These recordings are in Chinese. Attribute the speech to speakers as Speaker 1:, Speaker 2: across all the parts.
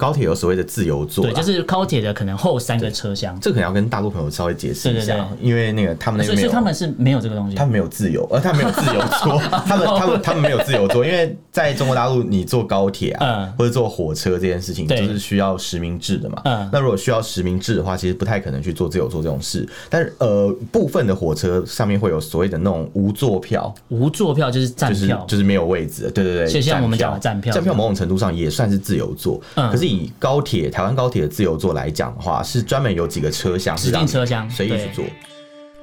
Speaker 1: 高铁有所谓的自由座啦，
Speaker 2: 对，就是高铁的可能后三个车厢，
Speaker 1: 这可能要跟大陆朋友稍微解释一下，
Speaker 2: 对对
Speaker 1: 因为那个他们那
Speaker 2: 所
Speaker 1: 边没
Speaker 2: 以所
Speaker 1: 有
Speaker 2: 以他们是没有这个东西
Speaker 1: 他。们没有自由， 呃，他们没有自由 坐，他们他们他们没有自由坐，因为在中国大陆，你坐高铁啊，
Speaker 2: 嗯
Speaker 1: 或者坐火车这件事情，就
Speaker 2: 对
Speaker 1: 是需要实名制的嘛。
Speaker 2: 嗯
Speaker 1: 那如果需要实名制的话，其实不太可能去做自由坐这种事。但是呃，部分的火车上面会有所谓的那种无座票，
Speaker 2: 无座票就是站
Speaker 1: 就是
Speaker 2: 票，
Speaker 1: 就是没有位置的，对对对。
Speaker 2: 所以像我们讲的站票
Speaker 1: 站票某种程度上也算是自由座，
Speaker 2: 嗯
Speaker 1: 可是以高铁台湾高铁的自由座来讲的话，是专门有几个车厢是
Speaker 2: 指
Speaker 1: 让
Speaker 2: 定
Speaker 1: 你
Speaker 2: 车厢
Speaker 1: 随意去
Speaker 2: 对
Speaker 1: 坐。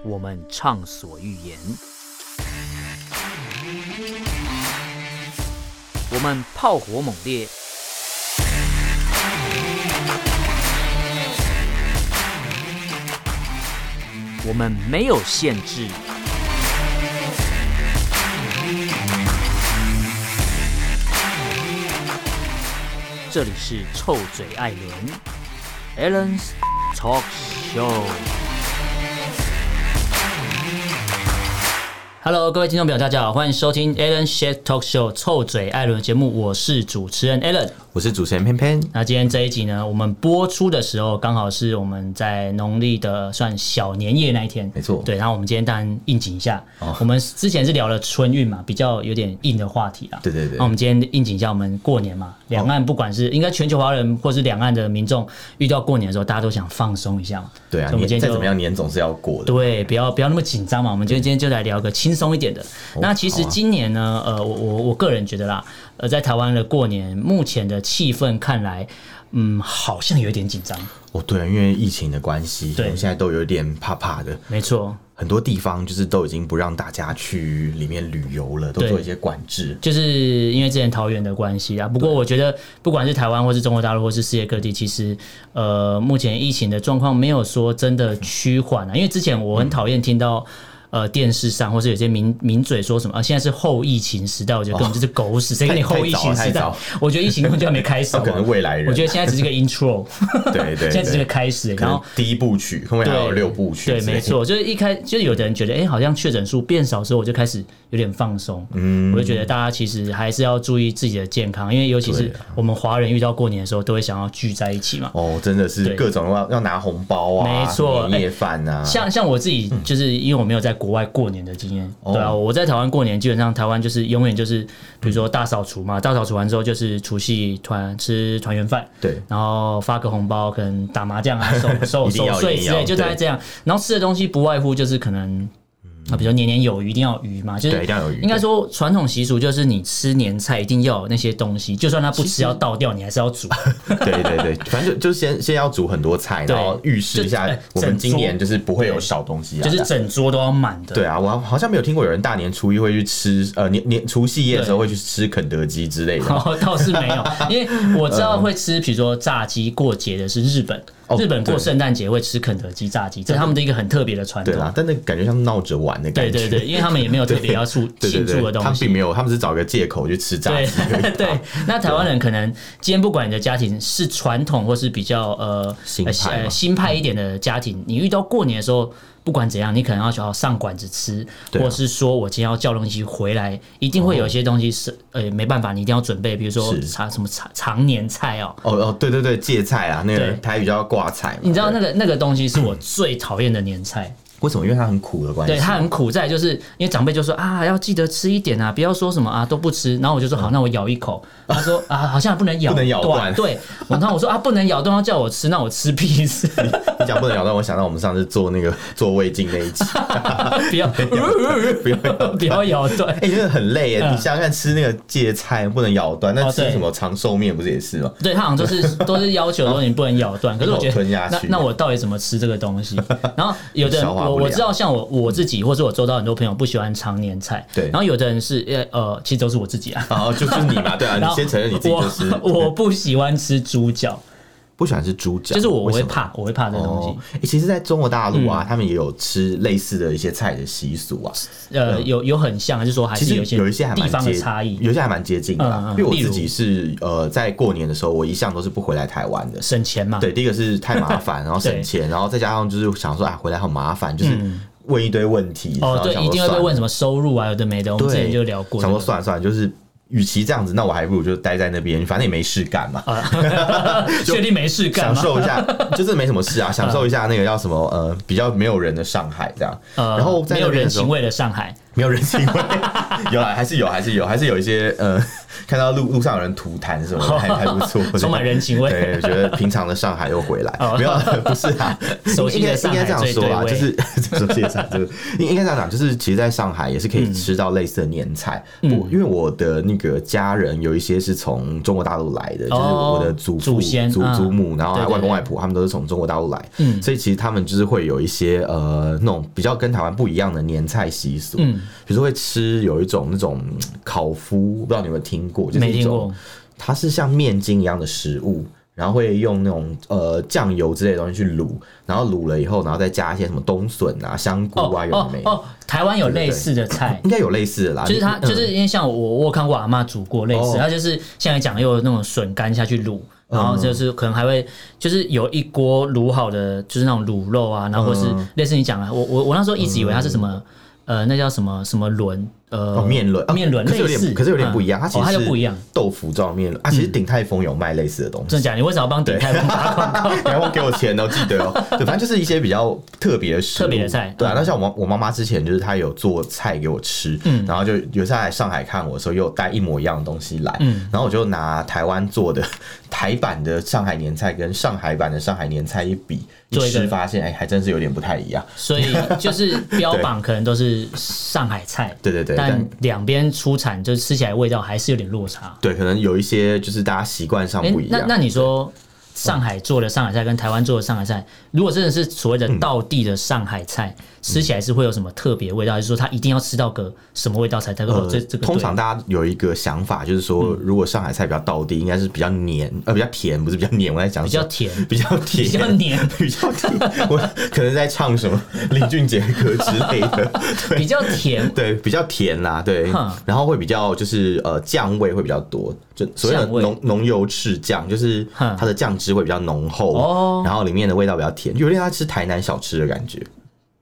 Speaker 3: 我们畅所欲言；我们炮火猛烈；我们没有限制。这里是臭嘴艾伦 a l l e n s Talk Show。
Speaker 2: Hello，各位听众朋友，大家好，欢迎收听 Alan Shed Talk Show 臭嘴艾伦节目，我是主持人 Alan。
Speaker 1: 我是主持人偏偏，
Speaker 2: 那今天这一集呢，我们播出的时候刚好是我们在农历的算小年夜那一天，
Speaker 1: 没错
Speaker 2: 对，然后我们今天当然应景一下，
Speaker 1: 哦
Speaker 2: 我们之前是聊了春运嘛，比较有点硬的话题啦。
Speaker 1: 对对对哦
Speaker 2: 那我们今天应景一下，我们过年嘛，两岸不管是、应该全球华人或是两岸的民众，遇到过年的时候，大家都想放松一下嘛。
Speaker 1: 对啊，
Speaker 2: 所以我们
Speaker 1: 年
Speaker 2: 今天
Speaker 1: 再
Speaker 2: 就
Speaker 1: 怎么样年总是要过的。
Speaker 2: 对，不要不要那么紧张嘛。我们就今天就来聊个轻松一点的。那其实今年呢，呃，我我我个人觉得啦，呃，在台湾的过年目前的气氛看来，嗯，好像有点紧张。
Speaker 1: 哦，对，因为疫情的关系，我
Speaker 2: 对
Speaker 1: 们现在都有点怕怕的。
Speaker 2: 没错，
Speaker 1: 很多地方就是都已经不让大家去里面旅游了，都
Speaker 2: 对
Speaker 1: 做一些管制。
Speaker 2: 就是因为之前桃园的关系啊。不过我觉得，不管是台湾或是中国大陆或是世界各地，其实呃，目前疫情的状况没有说真的趋缓啊。因为之前
Speaker 1: 嗯
Speaker 2: 我很讨厌听到。呃，电视上或是有些名名嘴说什么啊？现在是后疫情时代，我觉得根本就是狗屎，谁给你
Speaker 1: 哦太太
Speaker 2: 后疫
Speaker 1: 早
Speaker 2: 情
Speaker 1: 了太
Speaker 2: 时代
Speaker 1: 早了？
Speaker 2: 我觉得疫情根本就还没开 始，
Speaker 1: 他
Speaker 2: 好不
Speaker 1: 可
Speaker 2: 好
Speaker 1: 能未来人，
Speaker 2: 我觉得现在只是个 intro，
Speaker 1: 对对对
Speaker 2: 现在只是个开始，
Speaker 1: 可
Speaker 2: 然
Speaker 1: 能
Speaker 2: 后。
Speaker 1: 第一部曲，后面还有六部曲，
Speaker 2: 对，没。错，就是一开，就是有的人觉得，哎、好像确诊数变少之后，我就开始有点放松。嗯，我就觉得大家其实还是要注意自己的健康，因为尤其
Speaker 1: 对
Speaker 2: 是
Speaker 1: 啊
Speaker 2: 我们华人遇到过年的时候，都会想要聚在一起嘛。
Speaker 1: 哦，真的是
Speaker 2: 对
Speaker 1: 各种要要拿红包啊，
Speaker 2: 没错哎
Speaker 1: 年夜饭啊，
Speaker 2: 像像我自己，就是因为我没有在国外过年的经验，
Speaker 1: 哦
Speaker 2: 对啊，我在台湾过年，基本上台湾就是永远就是，比如
Speaker 1: 嗯
Speaker 2: 说大扫除嘛，大扫除完之后就是除夕团吃团圆饭，
Speaker 1: 对
Speaker 2: 然后发个红包，可能打麻将啊、 守守
Speaker 1: 一定
Speaker 2: 守
Speaker 1: 要
Speaker 2: 岁
Speaker 1: 一定
Speaker 2: 之
Speaker 1: 要
Speaker 2: 类，就大概
Speaker 1: 对嗯
Speaker 2: 这样。然后吃的东西不外乎就是可能。啊，比如说年年有余，一定要有余嘛，就是
Speaker 1: 对一定要有余
Speaker 2: 应该说传统习俗就是你吃年菜一定要有那些东西，就算他不吃要倒掉，你还是要 煮。
Speaker 1: 对对 对，反正就就先先要煮很多菜，
Speaker 2: 对
Speaker 1: 然后预示一
Speaker 2: 就
Speaker 1: 下
Speaker 2: 哎
Speaker 1: 我们
Speaker 2: 整
Speaker 1: 今年就
Speaker 2: 桌
Speaker 1: 是不会有
Speaker 2: 对
Speaker 1: 少东西啊，
Speaker 2: 就是整桌都要满的。
Speaker 1: 对啊，我好像没有听过有人大年初一会去吃，呃，年年除夕夜的时候
Speaker 2: 对
Speaker 1: 会去吃肯德基之类的。
Speaker 2: 哦，倒是没有，因为我知道会吃，比如说炸鸡过节的是日本，
Speaker 1: 嗯哦
Speaker 2: 日本过
Speaker 1: 对
Speaker 2: 圣诞节会吃肯德基炸鸡，这是他们的一个很特别的传
Speaker 1: 对
Speaker 2: 统。
Speaker 1: 啦，但那感觉像闹着玩的感
Speaker 2: 对
Speaker 1: 觉。
Speaker 2: 对对，因为他们也没有特别要庆
Speaker 1: 对对
Speaker 2: 庆
Speaker 1: 对
Speaker 2: 祝的东
Speaker 1: 他们
Speaker 2: 西
Speaker 1: 并。没有，他们只是找个借口去吃炸鸡。
Speaker 2: 对 对，那台湾人可能今天不管你的家庭是传统或是比较呃
Speaker 1: 新
Speaker 2: 呃
Speaker 1: 派嘛
Speaker 2: 呃新派一点的家庭，你遇到过年的时候，不管怎样，你可能要想要上馆子吃，
Speaker 1: 对啊
Speaker 2: 或是说我今天要叫东西回来，一定会有一些东西是呃没办法，你一定要准备，比如说
Speaker 1: 是
Speaker 2: 常什么常常年菜哦。
Speaker 1: 哦哦，对对对，芥菜啊，那个
Speaker 2: 对
Speaker 1: 台语叫挂菜嘛。
Speaker 2: 你知道那
Speaker 1: 对
Speaker 2: 个那个东西是我最讨厌的年菜，
Speaker 1: 为什么？因为它很苦的关系。
Speaker 2: 对它很苦在就是因为长辈就说啊要记得吃一点啊，不要说什么啊都不吃，然后我就说好，那我咬一口，他说 啊好像不能咬
Speaker 1: 嗯不能咬断
Speaker 2: 对，然后我说啊不能咬断，要叫我吃，那我吃屁吃，
Speaker 1: 你讲不能咬断，我想到我们上次做那个做胃镜那一 集，
Speaker 2: 不要
Speaker 1: 不要。
Speaker 2: 不要咬断。
Speaker 1: 哎、真的很累耶！
Speaker 2: 嗯
Speaker 1: 你想想看，吃那个芥菜不能咬断，那
Speaker 2: 哦
Speaker 1: 吃
Speaker 2: 对
Speaker 1: 什么长寿面不是也是吗？
Speaker 2: 对他好像都是都是要求说你不能 咬断，可是我觉
Speaker 1: 一口
Speaker 2: 得
Speaker 1: 吞下
Speaker 2: 那
Speaker 1: 去
Speaker 2: 那我到底怎么吃这个东 西？然后有的人
Speaker 1: 消化不
Speaker 2: 我我
Speaker 1: 良
Speaker 2: 知道像我我自己或是我周遭很多朋友不喜欢常年菜，
Speaker 1: 对
Speaker 2: 然后有的人是呃呃其实都是我自己啊，
Speaker 1: 然后就是你 嘛，对啊，
Speaker 2: 然
Speaker 1: 你
Speaker 2: 后
Speaker 1: 先承认你自己就是
Speaker 2: 我我 不喜欢吃猪脚，
Speaker 1: 不喜欢吃猪脚，
Speaker 2: 就是我
Speaker 1: 啊
Speaker 2: 我
Speaker 1: 为
Speaker 2: 会
Speaker 1: 什么
Speaker 2: 怕，我会怕这东
Speaker 1: 哦
Speaker 2: 西。嗯
Speaker 1: 欸其实，在中国大陆啊，他们也有吃类似的一些菜的习俗啊。
Speaker 2: 呃，有有很像，就是说还
Speaker 1: 其
Speaker 2: 是
Speaker 1: 实
Speaker 2: 有一些
Speaker 1: 有一些还
Speaker 2: 地
Speaker 1: 蛮
Speaker 2: 方
Speaker 1: 接
Speaker 2: 的差异。
Speaker 1: 有一些还蛮接近的啊、
Speaker 2: 嗯嗯
Speaker 1: 因为我
Speaker 2: 例如
Speaker 1: 自己是呃，在过年的时候，我一向都是不回来台湾的。
Speaker 2: 省钱嘛，
Speaker 1: 对，第一个是太麻烦，然后省
Speaker 2: 对嗯
Speaker 1: 钱，然后再加上就是想说，啊，回来好麻烦，就是问一堆问题。
Speaker 2: 哦，对，一定会被问什
Speaker 1: 么？
Speaker 2: 么收入啊，有的没的，我们之前就聊过这
Speaker 1: 想
Speaker 2: 个。
Speaker 1: 说算了算了，就是与其这样子，那我还不如就待在那边，反正也没事干嘛，
Speaker 2: 哦确定没事
Speaker 1: 享
Speaker 2: 干吗？
Speaker 1: 受一 下，就真的没什么事啊，享受一下那个叫什么呃比较没有人的上海这样。
Speaker 2: 呃，
Speaker 1: 然后在
Speaker 2: 没有
Speaker 1: 那边
Speaker 2: 人
Speaker 1: 的时候
Speaker 2: 情味的上海，
Speaker 1: 没有人情味， 有啊，还是有，还是有，还是有一些呃， 看到路路上有人吐痰什么 的，还还不错，
Speaker 2: 充满人情味
Speaker 1: 对，我觉得平常的上海又回来
Speaker 2: 哦，
Speaker 1: 没有， 不是啊，
Speaker 2: 熟悉
Speaker 1: 应该
Speaker 2: 的
Speaker 1: 应
Speaker 2: 上
Speaker 1: 该
Speaker 2: 海
Speaker 1: 这样
Speaker 2: 最
Speaker 1: 说
Speaker 2: 对
Speaker 1: 啦，
Speaker 2: 味
Speaker 1: 就是 熟悉的上海最对味，应应该这样讲，就是其实在上海也是可
Speaker 2: 嗯
Speaker 1: 以吃到类似的年菜，不，因为我的那个家人有一些是从中国大陆来的，就是
Speaker 2: 哦
Speaker 1: 我的祖
Speaker 2: 祖
Speaker 1: 父、
Speaker 2: 先
Speaker 1: 祖
Speaker 2: 嗯
Speaker 1: 祖母，然后还有
Speaker 2: 对
Speaker 1: 外
Speaker 2: 对
Speaker 1: 公
Speaker 2: 对嗯
Speaker 1: 外婆，他们都是从中国大陆来，所以其实他们就是会有一些呃那种比较跟台湾不一样的年菜习俗，
Speaker 2: 嗯
Speaker 1: 比如说会吃有一种那种嗯烤麸，我不知道你有没有听过，就是
Speaker 2: 没
Speaker 1: 一
Speaker 2: 听
Speaker 1: 种
Speaker 2: 过，
Speaker 1: 它是像面筋一样的食物，然后会用那种呃酱油之类的东西去卤，然后卤了以后，然后再加一些什么冬笋啊、香菇啊，有的
Speaker 2: 哦
Speaker 1: 没的，
Speaker 2: 哦，台湾有类似的菜，
Speaker 1: 应该有类似的啦。
Speaker 2: 就是它，
Speaker 1: 嗯
Speaker 2: 就是因为像我，我有看过阿妈煮过类
Speaker 1: 哦
Speaker 2: 似，
Speaker 1: 嗯
Speaker 2: 它就是现在讲又有那种笋干下去卤，然后就是可能还会就是有一锅卤好的，就是那种卤肉啊，然后或是
Speaker 1: 嗯
Speaker 2: 类似你讲的，我我我那时候一直以为它是什么。呃，那叫什么什么轮？呃，
Speaker 1: 哦面轮啊
Speaker 2: 面轮
Speaker 1: 可是有
Speaker 2: 类似，
Speaker 1: 点可是有点不一样，
Speaker 2: 嗯
Speaker 1: 它其
Speaker 2: 哦
Speaker 1: 实
Speaker 2: 它就是不一样。
Speaker 1: 豆腐状面轮啊，其实鼎泰丰有卖类似的东西。
Speaker 2: 真的假的？你为什么要帮鼎泰丰 打广告？
Speaker 1: 然后给我钱哦，记得哦。对，反正就是一些比较特别的食物
Speaker 2: 特别的菜
Speaker 1: 对啊，那像我我妈妈之前就是她有做菜给我吃，
Speaker 2: 嗯
Speaker 1: 然后就有一次她来上海看我的时候，又带一模一样的东西来，
Speaker 2: 嗯
Speaker 1: 然后我就拿台湾做的台版的上海年菜跟上海版的上海年菜一比，一
Speaker 2: 做一个
Speaker 1: 吃发现哎、还真是有点不太一样。
Speaker 2: 所以就是标榜可能都是上海菜，
Speaker 1: 对对对，
Speaker 2: 但
Speaker 1: 但
Speaker 2: 两边出产就吃起来味道还是有点落差。
Speaker 1: 对，可能有一些就是大家习惯上
Speaker 2: 哎、
Speaker 1: 不一
Speaker 2: 那
Speaker 1: 样。
Speaker 2: 那你说上海做的上海菜跟台湾做的上海菜，如果真的是所谓的道地的上海
Speaker 1: 嗯
Speaker 2: 菜，吃起来是会有什么特别味道？还是说它一定要吃到个什么味道才才会、哦
Speaker 1: 呃
Speaker 2: 这这个对嗯
Speaker 1: 通常大家有一个想法，就是说，如果上海菜比较道地，应该是比较黏，呃，比较甜，不是比较黏。我在讲
Speaker 2: 比
Speaker 1: 什
Speaker 2: 较
Speaker 1: 么
Speaker 2: 甜，
Speaker 1: 比较甜，
Speaker 2: 比较 黏，
Speaker 1: 比较低，我 可能在唱什么 林俊杰歌之类 的，
Speaker 2: 比较甜。
Speaker 1: 对，比较甜啦，对
Speaker 2: 哼，
Speaker 1: 然后会比较就是呃酱味会比较多，就所谓的
Speaker 2: 酱味
Speaker 1: 浓浓油赤酱，就是
Speaker 2: 哼
Speaker 1: 它的酱汁会比较浓
Speaker 2: 哦
Speaker 1: 厚，然后里面的味道比较甜，就有点像吃台南小吃的感觉。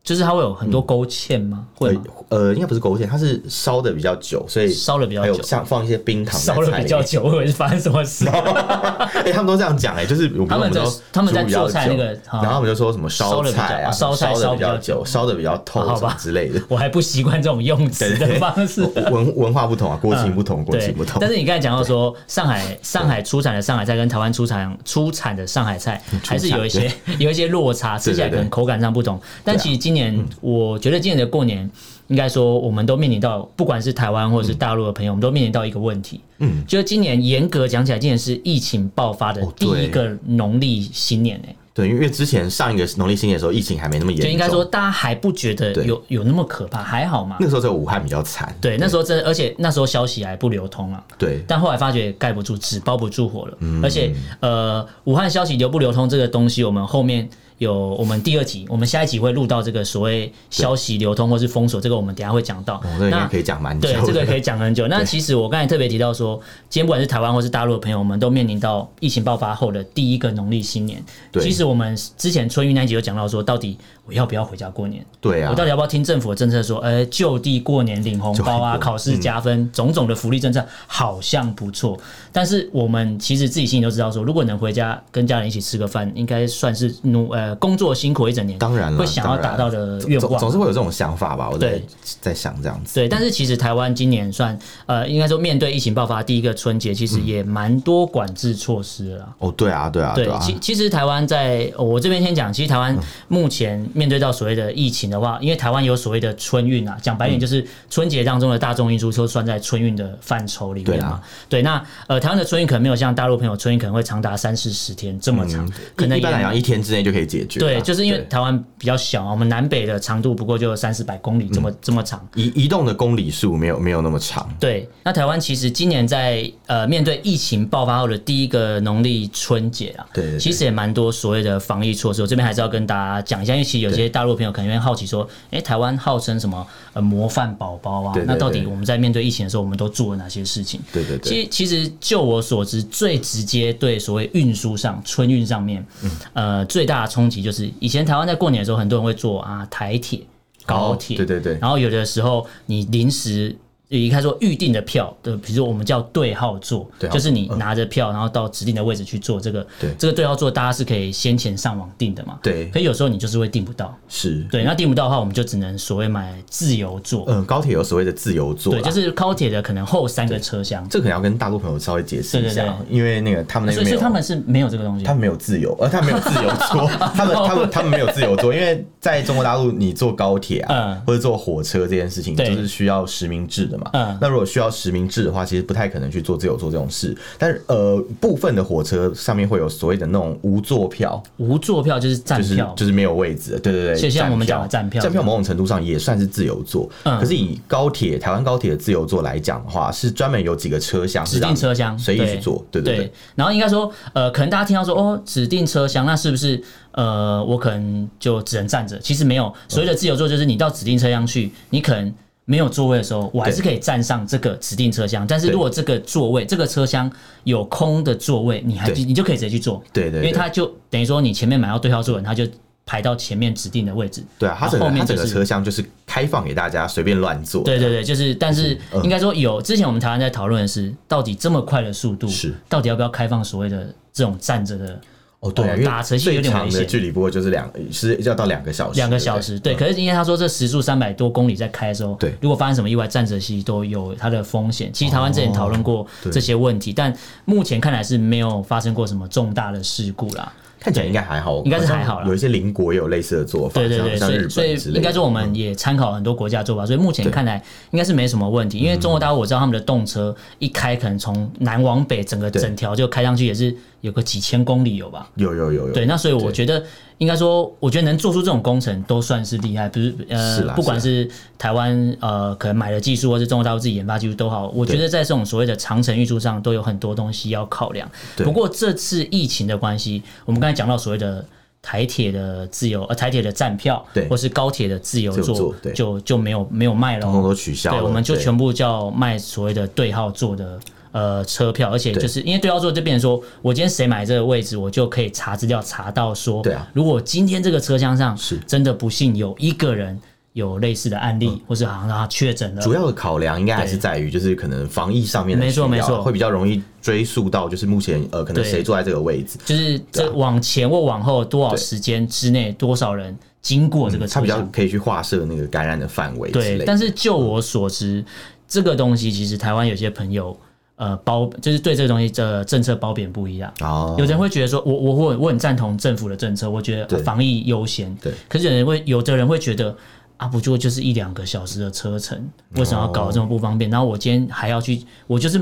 Speaker 2: 就是它会有很多勾芡吗？会
Speaker 1: 呃
Speaker 2: 吗？
Speaker 1: 呃，应该不是勾芡，它是烧的比较久，所以
Speaker 2: 烧得比较
Speaker 1: 还有
Speaker 2: 久
Speaker 1: 像放一些冰糖在
Speaker 2: 烧了
Speaker 1: 菜
Speaker 2: 比
Speaker 1: 里
Speaker 2: 较
Speaker 1: 面。
Speaker 2: 久，我以为是发生什么 事。
Speaker 1: 哎，他们都这样讲哎，就是我
Speaker 2: 他们在
Speaker 1: 都
Speaker 2: 他们在
Speaker 1: 煮比较
Speaker 2: 做菜那个
Speaker 1: 久
Speaker 2: 啊
Speaker 1: 然后我们就说什么
Speaker 2: 烧
Speaker 1: 烧
Speaker 2: 得比较
Speaker 1: 菜啊，
Speaker 2: 烧菜
Speaker 1: 的比
Speaker 2: 烧
Speaker 1: 较
Speaker 2: 比较久
Speaker 1: 久，烧的比较透
Speaker 2: 好
Speaker 1: 什么
Speaker 2: 吧
Speaker 1: 之类的。
Speaker 2: 我还不习惯这种用词的方式。
Speaker 1: 文文化不同啊，国情不同，国
Speaker 2: 嗯对，
Speaker 1: 情不同。
Speaker 2: 但是你刚才讲到说，上海上海出产的上海菜跟台湾出产出产的上海菜，
Speaker 1: 嗯
Speaker 2: 还是有一些 有一些落差，吃起来可能口感上不同。但
Speaker 1: 啊
Speaker 2: 其实
Speaker 1: 嗯
Speaker 2: 今年，我觉得今年的过年，应该说我们都面临到，不管是台湾或者是大陆的朋友，我们都面临到一个问题，嗯，就是今年严格讲起来，今年是疫情爆发的
Speaker 1: 哦
Speaker 2: 第
Speaker 1: 对
Speaker 2: 一个农历新年诶、欸
Speaker 1: 对，因为之前上一个农历新年的时候，疫情还没那么严重，
Speaker 2: 就应该说大家还不觉得
Speaker 1: 对
Speaker 2: 有有那么可怕，还好嘛
Speaker 1: 那。个时候只有武汉比较惨。
Speaker 2: 对，那时候真的，而且那时候消息还不流通啊。
Speaker 1: 对，
Speaker 2: 但后来发觉盖不住纸，包不住火了。
Speaker 1: 嗯
Speaker 2: 而且呃，武汉消息流不流通这个东西，我们后面有我们第二集，我们下一集会录到这个所谓消息流通或是封锁，这个我们等一下会讲到。
Speaker 1: 哦，那应该可以讲蛮久
Speaker 2: 对
Speaker 1: 的。，
Speaker 2: 这个可以讲很久。那其实我刚才特别提到说，今天不管是台湾或是大陆的朋友，我们都面临到疫情爆发后的第一个农历新年。
Speaker 1: 对
Speaker 2: 其实我们之前春运那一集有讲到说，到底我要不要回家过年？
Speaker 1: 对啊
Speaker 2: 我到，底要不要听政府的政策说，呃，就地过年领红包啊，
Speaker 1: 就地过嗯
Speaker 2: 考试加分，种种的福利政策好像不错。但是我们其实自己心里都知道说如果能回家跟家人一起吃个饭，应该算是努呃工作辛苦一整年，
Speaker 1: 当然了，
Speaker 2: 会想要
Speaker 1: 当然
Speaker 2: 达到的愿
Speaker 1: 总
Speaker 2: 望
Speaker 1: 总。是会有这种想法吧？我在
Speaker 2: 对
Speaker 1: 在想这样子。
Speaker 2: 对，但是其实台湾今年算呃，应该说面对疫情爆发第一个春节，其
Speaker 1: 嗯
Speaker 2: 实也蛮多管制措施了啦。
Speaker 1: 哦，对啊，对啊，
Speaker 2: 对，
Speaker 1: 啊。
Speaker 2: 其其实台湾在哦我这边先讲，其实台湾目前面对到所谓的疫情的话，因为台湾有所谓的春运啊，讲白点就是春节当中的大众运输都算在春运的范畴里面
Speaker 1: 嗯
Speaker 2: 嘛。
Speaker 1: 啊
Speaker 2: 对，那呃，台湾的春运可能没有像大陆朋友春运可能会长达三四十天这么长，可能
Speaker 1: 嗯一般来
Speaker 2: 也
Speaker 1: 讲，一天之内就可以解决啦。啊
Speaker 2: 对，就是因为
Speaker 1: 对
Speaker 2: 台湾比较小啊，我们南北的长度不过就三四百公里这么、
Speaker 1: 嗯
Speaker 2: 这么长。
Speaker 1: 移移动的公里数没有没有那么长。
Speaker 2: 对，那台湾其实今年在呃面对疫情爆发后的第一个农历春节啊，
Speaker 1: 对对对
Speaker 2: 其实也蛮多所谓的防疫措施。我这边还是要跟大家讲一下，因为其实有些大陆朋友可能会好奇说，哎、台湾号称什么呃模范宝宝啊
Speaker 1: 对对
Speaker 2: 那到底
Speaker 1: 对
Speaker 2: 我们在面对疫情的时候，我们都做了哪些事情？
Speaker 1: 对对对，
Speaker 2: 其实，其实就我所知，最直接对所谓运输上、春运上面，
Speaker 1: 嗯
Speaker 2: 呃，最大的冲击就是，以前台湾在过年的时候，很多人会坐啊台铁、高铁、
Speaker 1: 哦对对对
Speaker 2: 然后有的时候你临时。应该说预定的票的，比如说我们叫对号座，
Speaker 1: 对号
Speaker 2: 就是你
Speaker 1: 嗯
Speaker 2: 拿着票，然后到指定的位置去坐这个。
Speaker 1: 对
Speaker 2: 这个对号座大家是可以先前上网订的嘛？
Speaker 1: 对
Speaker 2: 可有时候你就是会订不到，
Speaker 1: 是，
Speaker 2: 对，那订不到的话，我们就只能所谓买自由座，
Speaker 1: 嗯，高铁有所谓的自由座啦，
Speaker 2: 对，就是高铁的可能后三个车厢，
Speaker 1: 这可能要跟大陆朋友稍微解释一下，
Speaker 2: 对对
Speaker 1: 因为那个他们那
Speaker 2: 所
Speaker 1: 边没
Speaker 2: 以所
Speaker 1: 有
Speaker 2: 以他们是没有这个东西
Speaker 1: 他。们没有自由，呃，他们没有 自由坐，他们他们他们没有自由坐，因为在中国大陆，你坐高铁啊，
Speaker 2: 嗯
Speaker 1: 或者坐火车这件事情，就
Speaker 2: 对
Speaker 1: 是需要实名制的嘛。
Speaker 2: 嗯
Speaker 1: 那如果需要实名制的话，其实不太可能去做自由坐这种事。但是呃，部分的火车上面会有所谓的那种无座票，
Speaker 2: 无座票就是站
Speaker 1: 就是
Speaker 2: 票，
Speaker 1: 就是没有位置的，对对对。
Speaker 2: 所以像我们讲的站票
Speaker 1: 站票某种程度上也算是自由座，
Speaker 2: 嗯
Speaker 1: 可是以高铁台湾高铁的自由座来讲的话，是专门有几个车厢是
Speaker 2: 指定
Speaker 1: 让
Speaker 2: 车厢
Speaker 1: 随意去
Speaker 2: 对
Speaker 1: 坐，对对
Speaker 2: 对。然后应该说，呃，可能大家听到说，哦，指定车厢，那是不是呃，我可能就只能站着？其实
Speaker 1: 嗯
Speaker 2: 没有，所谓的自由座就是你到指定车厢去，你可能。没有座位的时候，我还是可以站上这个指定车厢。但是如果这个座位、这个车厢有空的座位，你还
Speaker 1: 对
Speaker 2: 你就可以直接去坐，
Speaker 1: 对对对，
Speaker 2: 因为它就等于说你前面买到对号座的人，他就排到前面指定的位置。
Speaker 1: 对啊，它
Speaker 2: 然后
Speaker 1: 整个
Speaker 2: 后面
Speaker 1: 它整
Speaker 2: 就
Speaker 1: 个
Speaker 2: 是
Speaker 1: 车厢就是开放给大家随便乱坐。
Speaker 2: 对对对，就是，但是
Speaker 1: 嗯
Speaker 2: 应该说有。之前我们台湾在讨论的是，到底这么快的速度，
Speaker 1: 是
Speaker 2: 到底要不要开放所谓的这种站着的
Speaker 1: 哦，对啊，
Speaker 2: 哦
Speaker 1: 因
Speaker 2: 打
Speaker 1: 为
Speaker 2: 车其实
Speaker 1: 最
Speaker 2: 有点
Speaker 1: 长
Speaker 2: 危
Speaker 1: 的
Speaker 2: 险
Speaker 1: 距离不过就是两是要到两个小时，嗯
Speaker 2: 两个
Speaker 1: 对不
Speaker 2: 小时？对，可是因为他说这时速三百多公里在开的时候，
Speaker 1: 对哦
Speaker 2: 如果发生什么意外，站着其实都有它的风险。其实台湾之前讨论过这些问题，但目前看来是没有发生过什么重大的事故啦。
Speaker 1: 看起来应该还好，
Speaker 2: 应该是
Speaker 1: 好像
Speaker 2: 还好啦
Speaker 1: 有一些邻国也有类似的做法，
Speaker 2: 对对对，
Speaker 1: 像
Speaker 2: 所
Speaker 1: 像日
Speaker 2: 以所
Speaker 1: 本
Speaker 2: 以
Speaker 1: 之类的。嗯
Speaker 2: 应该说我们也参考很多国家做法，所以目前看来应该是没什么问题。因为中国大陆我知道他们的动车一开，可能从南往北整个
Speaker 1: 对
Speaker 2: 整条就开上去，也是有个几千公里有吧？
Speaker 1: 有有有有，
Speaker 2: 对，那所以我
Speaker 1: 对
Speaker 2: 觉得应该说，我觉得能做出这种工程都算是厉害，不是呃，
Speaker 1: 是啦
Speaker 2: 不管是台湾呃可能买的技术，或是中国大陆自己研发技术都好，我觉得在这种所谓的长程运输上都有很多东西要考量。
Speaker 1: 对
Speaker 2: 不过这次疫情的关系，我们刚才讲到所谓的。台铁的自由，呃，台铁的站票，
Speaker 1: 对
Speaker 2: 或是高铁的自由
Speaker 1: 自由
Speaker 2: 座
Speaker 1: 座，对
Speaker 2: 就就没有没有卖了哦，
Speaker 1: 通通都取消了
Speaker 2: 对，我们就
Speaker 1: 对
Speaker 2: 全部叫卖所谓的对号座的呃车票，而且
Speaker 1: 对
Speaker 2: 就是因为对号座就变成说，我今天谁买这个位置，我就可以查资料查到说，
Speaker 1: 对啊
Speaker 2: 如果今天这个车厢上
Speaker 1: 是
Speaker 2: 真的不幸有一个人有类似的案例，或是好像他确诊了，
Speaker 1: 嗯主要的考量应该还是
Speaker 2: 对
Speaker 1: 在于，就是可能防疫上面的
Speaker 2: 没错
Speaker 1: 需要啊
Speaker 2: 没错
Speaker 1: 会比较容易追溯到就是目前呃可能
Speaker 2: 对
Speaker 1: 谁坐在这个位置，
Speaker 2: 就是
Speaker 1: 啊
Speaker 2: 这往前或往后多少
Speaker 1: 对
Speaker 2: 时间之内多少人经过这个
Speaker 1: 它
Speaker 2: 车
Speaker 1: 嗯比较
Speaker 2: 厢，
Speaker 1: 可以去划设那个感染的范围之类
Speaker 2: 对
Speaker 1: 的。，
Speaker 2: 但是就我所知，这个东西其实台湾有些朋友。呃，褒就是对这个东西的政策褒贬不一样，
Speaker 1: 哦，
Speaker 2: 有的人会觉得说，我我我我很赞同政府的政策，我觉得
Speaker 1: 对
Speaker 2: 防疫优先。
Speaker 1: 对
Speaker 2: 可是有人会有的人会觉得，啊，不就就是一两个小时的车程，为什么要搞得这么不
Speaker 1: 哦
Speaker 2: 方便？然后我今天还要去，我就是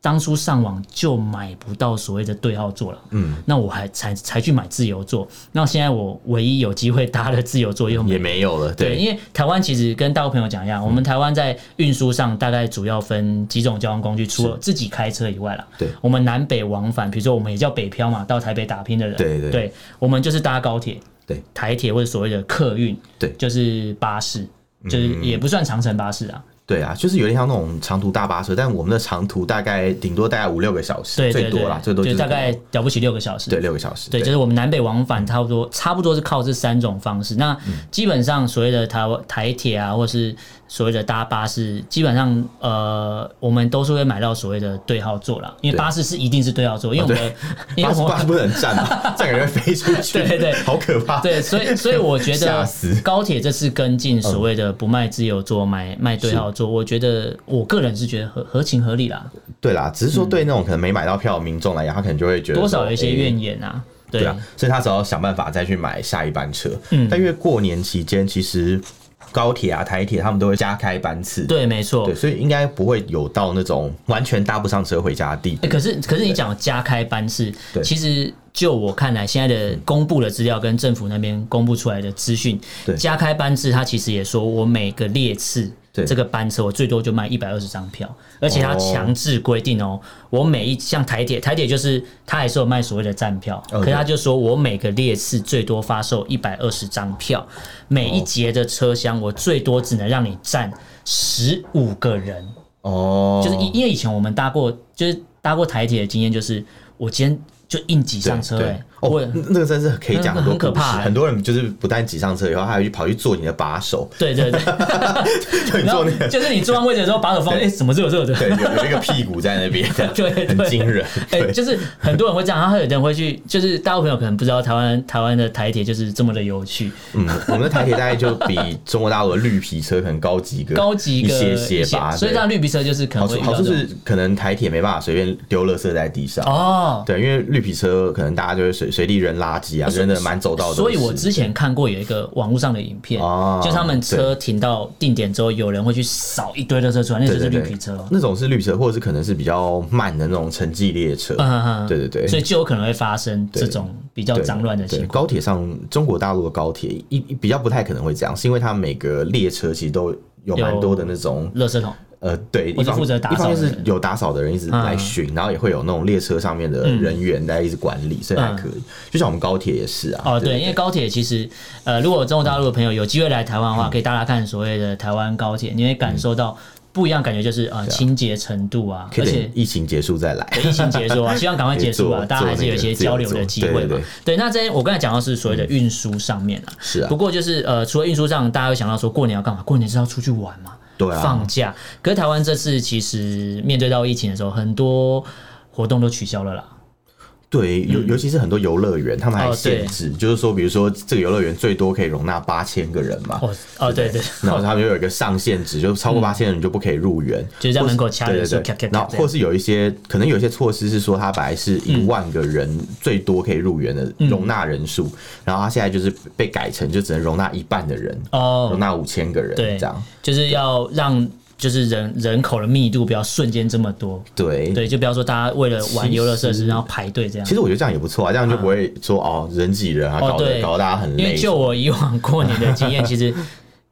Speaker 2: 当初上网就买不到所谓的对号座了，嗯，那我还才才去买自由座。那现在我唯一有机会搭的自由座又没
Speaker 1: 也没有了，
Speaker 2: 对，
Speaker 1: 对嗯
Speaker 2: 因为台湾其实跟大陆朋友讲一样，我们台湾在运输上大概主要分几种交通工具，除了自己开车以外啦。
Speaker 1: 对
Speaker 2: 我们南北往返，比如说我们也叫北漂嘛，到台北打拼的人，
Speaker 1: 对对
Speaker 2: 我们就是搭高铁、
Speaker 1: 对
Speaker 2: 台铁或者所谓的客运，
Speaker 1: 对嗯
Speaker 2: 就是巴士，就是也不算长城巴士啊，
Speaker 1: 对啊，就是有点像那种长途大巴车，但我们的长途大概顶多大概五六个小时，
Speaker 2: 对对
Speaker 1: 最
Speaker 2: 对，
Speaker 1: 多啦，最多
Speaker 2: 就是大概了不起六个小时，
Speaker 1: 对六个小时，
Speaker 2: 对，就是我们南北往返差不多，差不多是靠这三种方式。那
Speaker 1: 嗯
Speaker 2: 基本上所谓的台湾台铁啊，或是所谓的搭巴士，基本上呃，我们都是会买到所谓的对号座啦，因为
Speaker 1: 对
Speaker 2: 巴士是一定是对号座，因为我们的、 因
Speaker 1: 巴
Speaker 2: 为
Speaker 1: 士
Speaker 2: 我
Speaker 1: 巴士
Speaker 2: 们。
Speaker 1: 不能站 嘛，站感觉会飞出去，
Speaker 2: 对对对
Speaker 1: 好可怕。
Speaker 2: 对，所以所以我 觉
Speaker 1: 吓
Speaker 2: 得
Speaker 1: 死嗯
Speaker 2: 高铁这次跟进所谓的不卖自由座，买卖对号座，我觉得我个人是觉得合合情合理啦，
Speaker 1: 对啦，只是说对那种可能没买到票的民众来讲，他可能就会觉得
Speaker 2: 嗯多少有一
Speaker 1: 说
Speaker 2: 些
Speaker 1: 诶
Speaker 2: 怨言啊。
Speaker 1: 对啊，所以他只要想办法再去买下一班车。
Speaker 2: 嗯
Speaker 1: 但因为过年期间，其实高铁啊、台铁他们都会加开班次，
Speaker 2: 对，没错
Speaker 1: 对，。所以应该不会有到那种完全搭不上车回家的地步
Speaker 2: 欸、。可是可是你讲加开班次
Speaker 1: 对，
Speaker 2: 其实就我看来，现在的公布的资料跟政府那边公布出来的资讯
Speaker 1: 对，
Speaker 2: 加开班次，它其实也说我每个列次。
Speaker 1: 对
Speaker 2: 这个班次我最多就卖一百二十张票，而且它
Speaker 1: 哦
Speaker 2: 强制规定哦，我每一像台铁，台铁就是它还是有卖所谓的站票，
Speaker 1: 哦
Speaker 2: 可是
Speaker 1: 对
Speaker 2: 它就说我每个列次最多发售一百二十张票，每
Speaker 1: 哦
Speaker 2: 一节的车厢我最多只能让你站十五个人，
Speaker 1: 哦，
Speaker 2: 就是因因为以前我们搭过，就是搭过台铁的经验，就是我今天就应急上车、
Speaker 1: 对
Speaker 2: 欸，
Speaker 1: 哦
Speaker 2: 我，
Speaker 1: 那个真是可以讲很多
Speaker 2: 那个很可
Speaker 1: 故事
Speaker 2: 怕欸
Speaker 1: 很多人就是不但挤上车以后，他还去跑去做你的把手，
Speaker 2: 对对对，
Speaker 1: 就 你
Speaker 2: 然后
Speaker 1: 做那个，
Speaker 2: 就是你坐上位置的时候，把手放，哎、
Speaker 1: 对
Speaker 2: 怎么热热的？
Speaker 1: 对，有有一个屁股在那边，
Speaker 2: 对对
Speaker 1: 很惊人，
Speaker 2: 哎、
Speaker 1: 对。
Speaker 2: 就是很多人会这样，然后有的人会去，就是大部分朋友可能不知道台湾台湾的台铁就是这么的有趣，
Speaker 1: 嗯，我们的台铁大概就比中国大陆的绿皮车可能高级个
Speaker 2: 高级
Speaker 1: 一
Speaker 2: 个
Speaker 1: 些些吧。
Speaker 2: 所以
Speaker 1: 对
Speaker 2: 像绿皮车就是可
Speaker 1: 好
Speaker 2: 能会
Speaker 1: 处
Speaker 2: 遇
Speaker 1: 好
Speaker 2: 到
Speaker 1: 处
Speaker 2: 这种
Speaker 1: 是可能台铁没办法随便丢垃圾在地上。
Speaker 2: 哦。
Speaker 1: 对，因为绿皮车可能大家就会随随地扔垃圾啊，扔的满走道都是。
Speaker 2: 所以，我之前看过有一个网络上的影片，
Speaker 1: 哦
Speaker 2: 就是他们车停到定点之后，有人会去扫一堆垃圾出来，那
Speaker 1: 对
Speaker 2: 就
Speaker 1: 对
Speaker 2: 是
Speaker 1: 对
Speaker 2: 绿皮车哦。
Speaker 1: 那种是绿皮车，或者是可能是比较慢的那种城际列车。
Speaker 2: 嗯嗯嗯
Speaker 1: 对对对，
Speaker 2: 所以就有可能会发生这
Speaker 1: 对
Speaker 2: 种比较
Speaker 1: 对
Speaker 2: 脏乱的情
Speaker 1: 对
Speaker 2: 况。
Speaker 1: 高铁上，中国大陆的高铁一一比较不太可能会这样，是因为它每个列车其实都有蛮
Speaker 2: 有
Speaker 1: 多的那种
Speaker 2: 垃圾桶，
Speaker 1: 呃，对，
Speaker 2: 嗯或
Speaker 1: 一
Speaker 2: 是
Speaker 1: 方
Speaker 2: 负责打
Speaker 1: 一方面
Speaker 2: 扫的
Speaker 1: 是
Speaker 2: 人
Speaker 1: 有打扫的人一直来巡，然后也会有那种列车上面的人员在一直管理，所以还可以。就像我们高铁也是啊，
Speaker 2: 嗯哦，对，因为高铁其实，呃，如果中国大陆的朋友有机会来台湾的话，可以大家看所谓的台湾高铁，你会感受到不一样，感觉就是呃清洁程度啊，
Speaker 1: 可
Speaker 2: 而
Speaker 1: 以
Speaker 2: 且
Speaker 1: 等疫情结束再来。
Speaker 2: 疫情结束 啊，希望赶快结
Speaker 1: 可
Speaker 2: 束
Speaker 1: 以
Speaker 2: 啊，
Speaker 1: 做
Speaker 2: 大家还是有一些交流的机会
Speaker 1: 做那个自由
Speaker 2: 嘛
Speaker 1: 做。
Speaker 2: 对，那这些我刚才讲到是所谓的运输上面啊，
Speaker 1: 是啊
Speaker 2: 不，过就是呃，除了运输上，大家会想到说过年要干嘛？过年是要出去玩嘛，
Speaker 1: 对啊
Speaker 2: 放假。可是台湾这次其实面对到疫情的时候，很多活动都取消了啦。
Speaker 1: 对，尤尤其是很多游乐园，他们还
Speaker 2: 嗯哦对
Speaker 1: 限制，就是说，比如说这个游乐园最多可以容纳八千个人嘛。
Speaker 2: 哦嗯哦，对对，
Speaker 1: 然后他们又有一个上限值，就是超过八千人就不可以入园，
Speaker 2: 就是在门口
Speaker 1: 或是
Speaker 2: 掐人
Speaker 1: 对
Speaker 2: 说
Speaker 1: 对
Speaker 2: 咔咔
Speaker 1: 对
Speaker 2: 咔，
Speaker 1: 然后
Speaker 2: 这样
Speaker 1: 或是有一些可能有一些措施是说，它本来是
Speaker 2: 嗯
Speaker 1: 一万个人最多可以入园的容纳人
Speaker 2: 嗯
Speaker 1: 数，然后它现在就是被改成就只能容纳一半的人，
Speaker 2: 哦
Speaker 1: 容纳五千个人
Speaker 2: 对
Speaker 1: 这样。
Speaker 2: 就是要让就是人人口的密度不要瞬间这么多，
Speaker 1: 对，
Speaker 2: 对，就不要说大家为了玩游乐设
Speaker 1: 嗯其
Speaker 2: 施
Speaker 1: 实
Speaker 2: 然后排队这样
Speaker 1: 其。实我觉得这样也不错啊，这样就不会说哦人挤人啊，
Speaker 2: 哦
Speaker 1: 搞得
Speaker 2: 对
Speaker 1: 搞得大家很
Speaker 2: 因为
Speaker 1: 累。
Speaker 2: 就我以往过年的经 验，其实。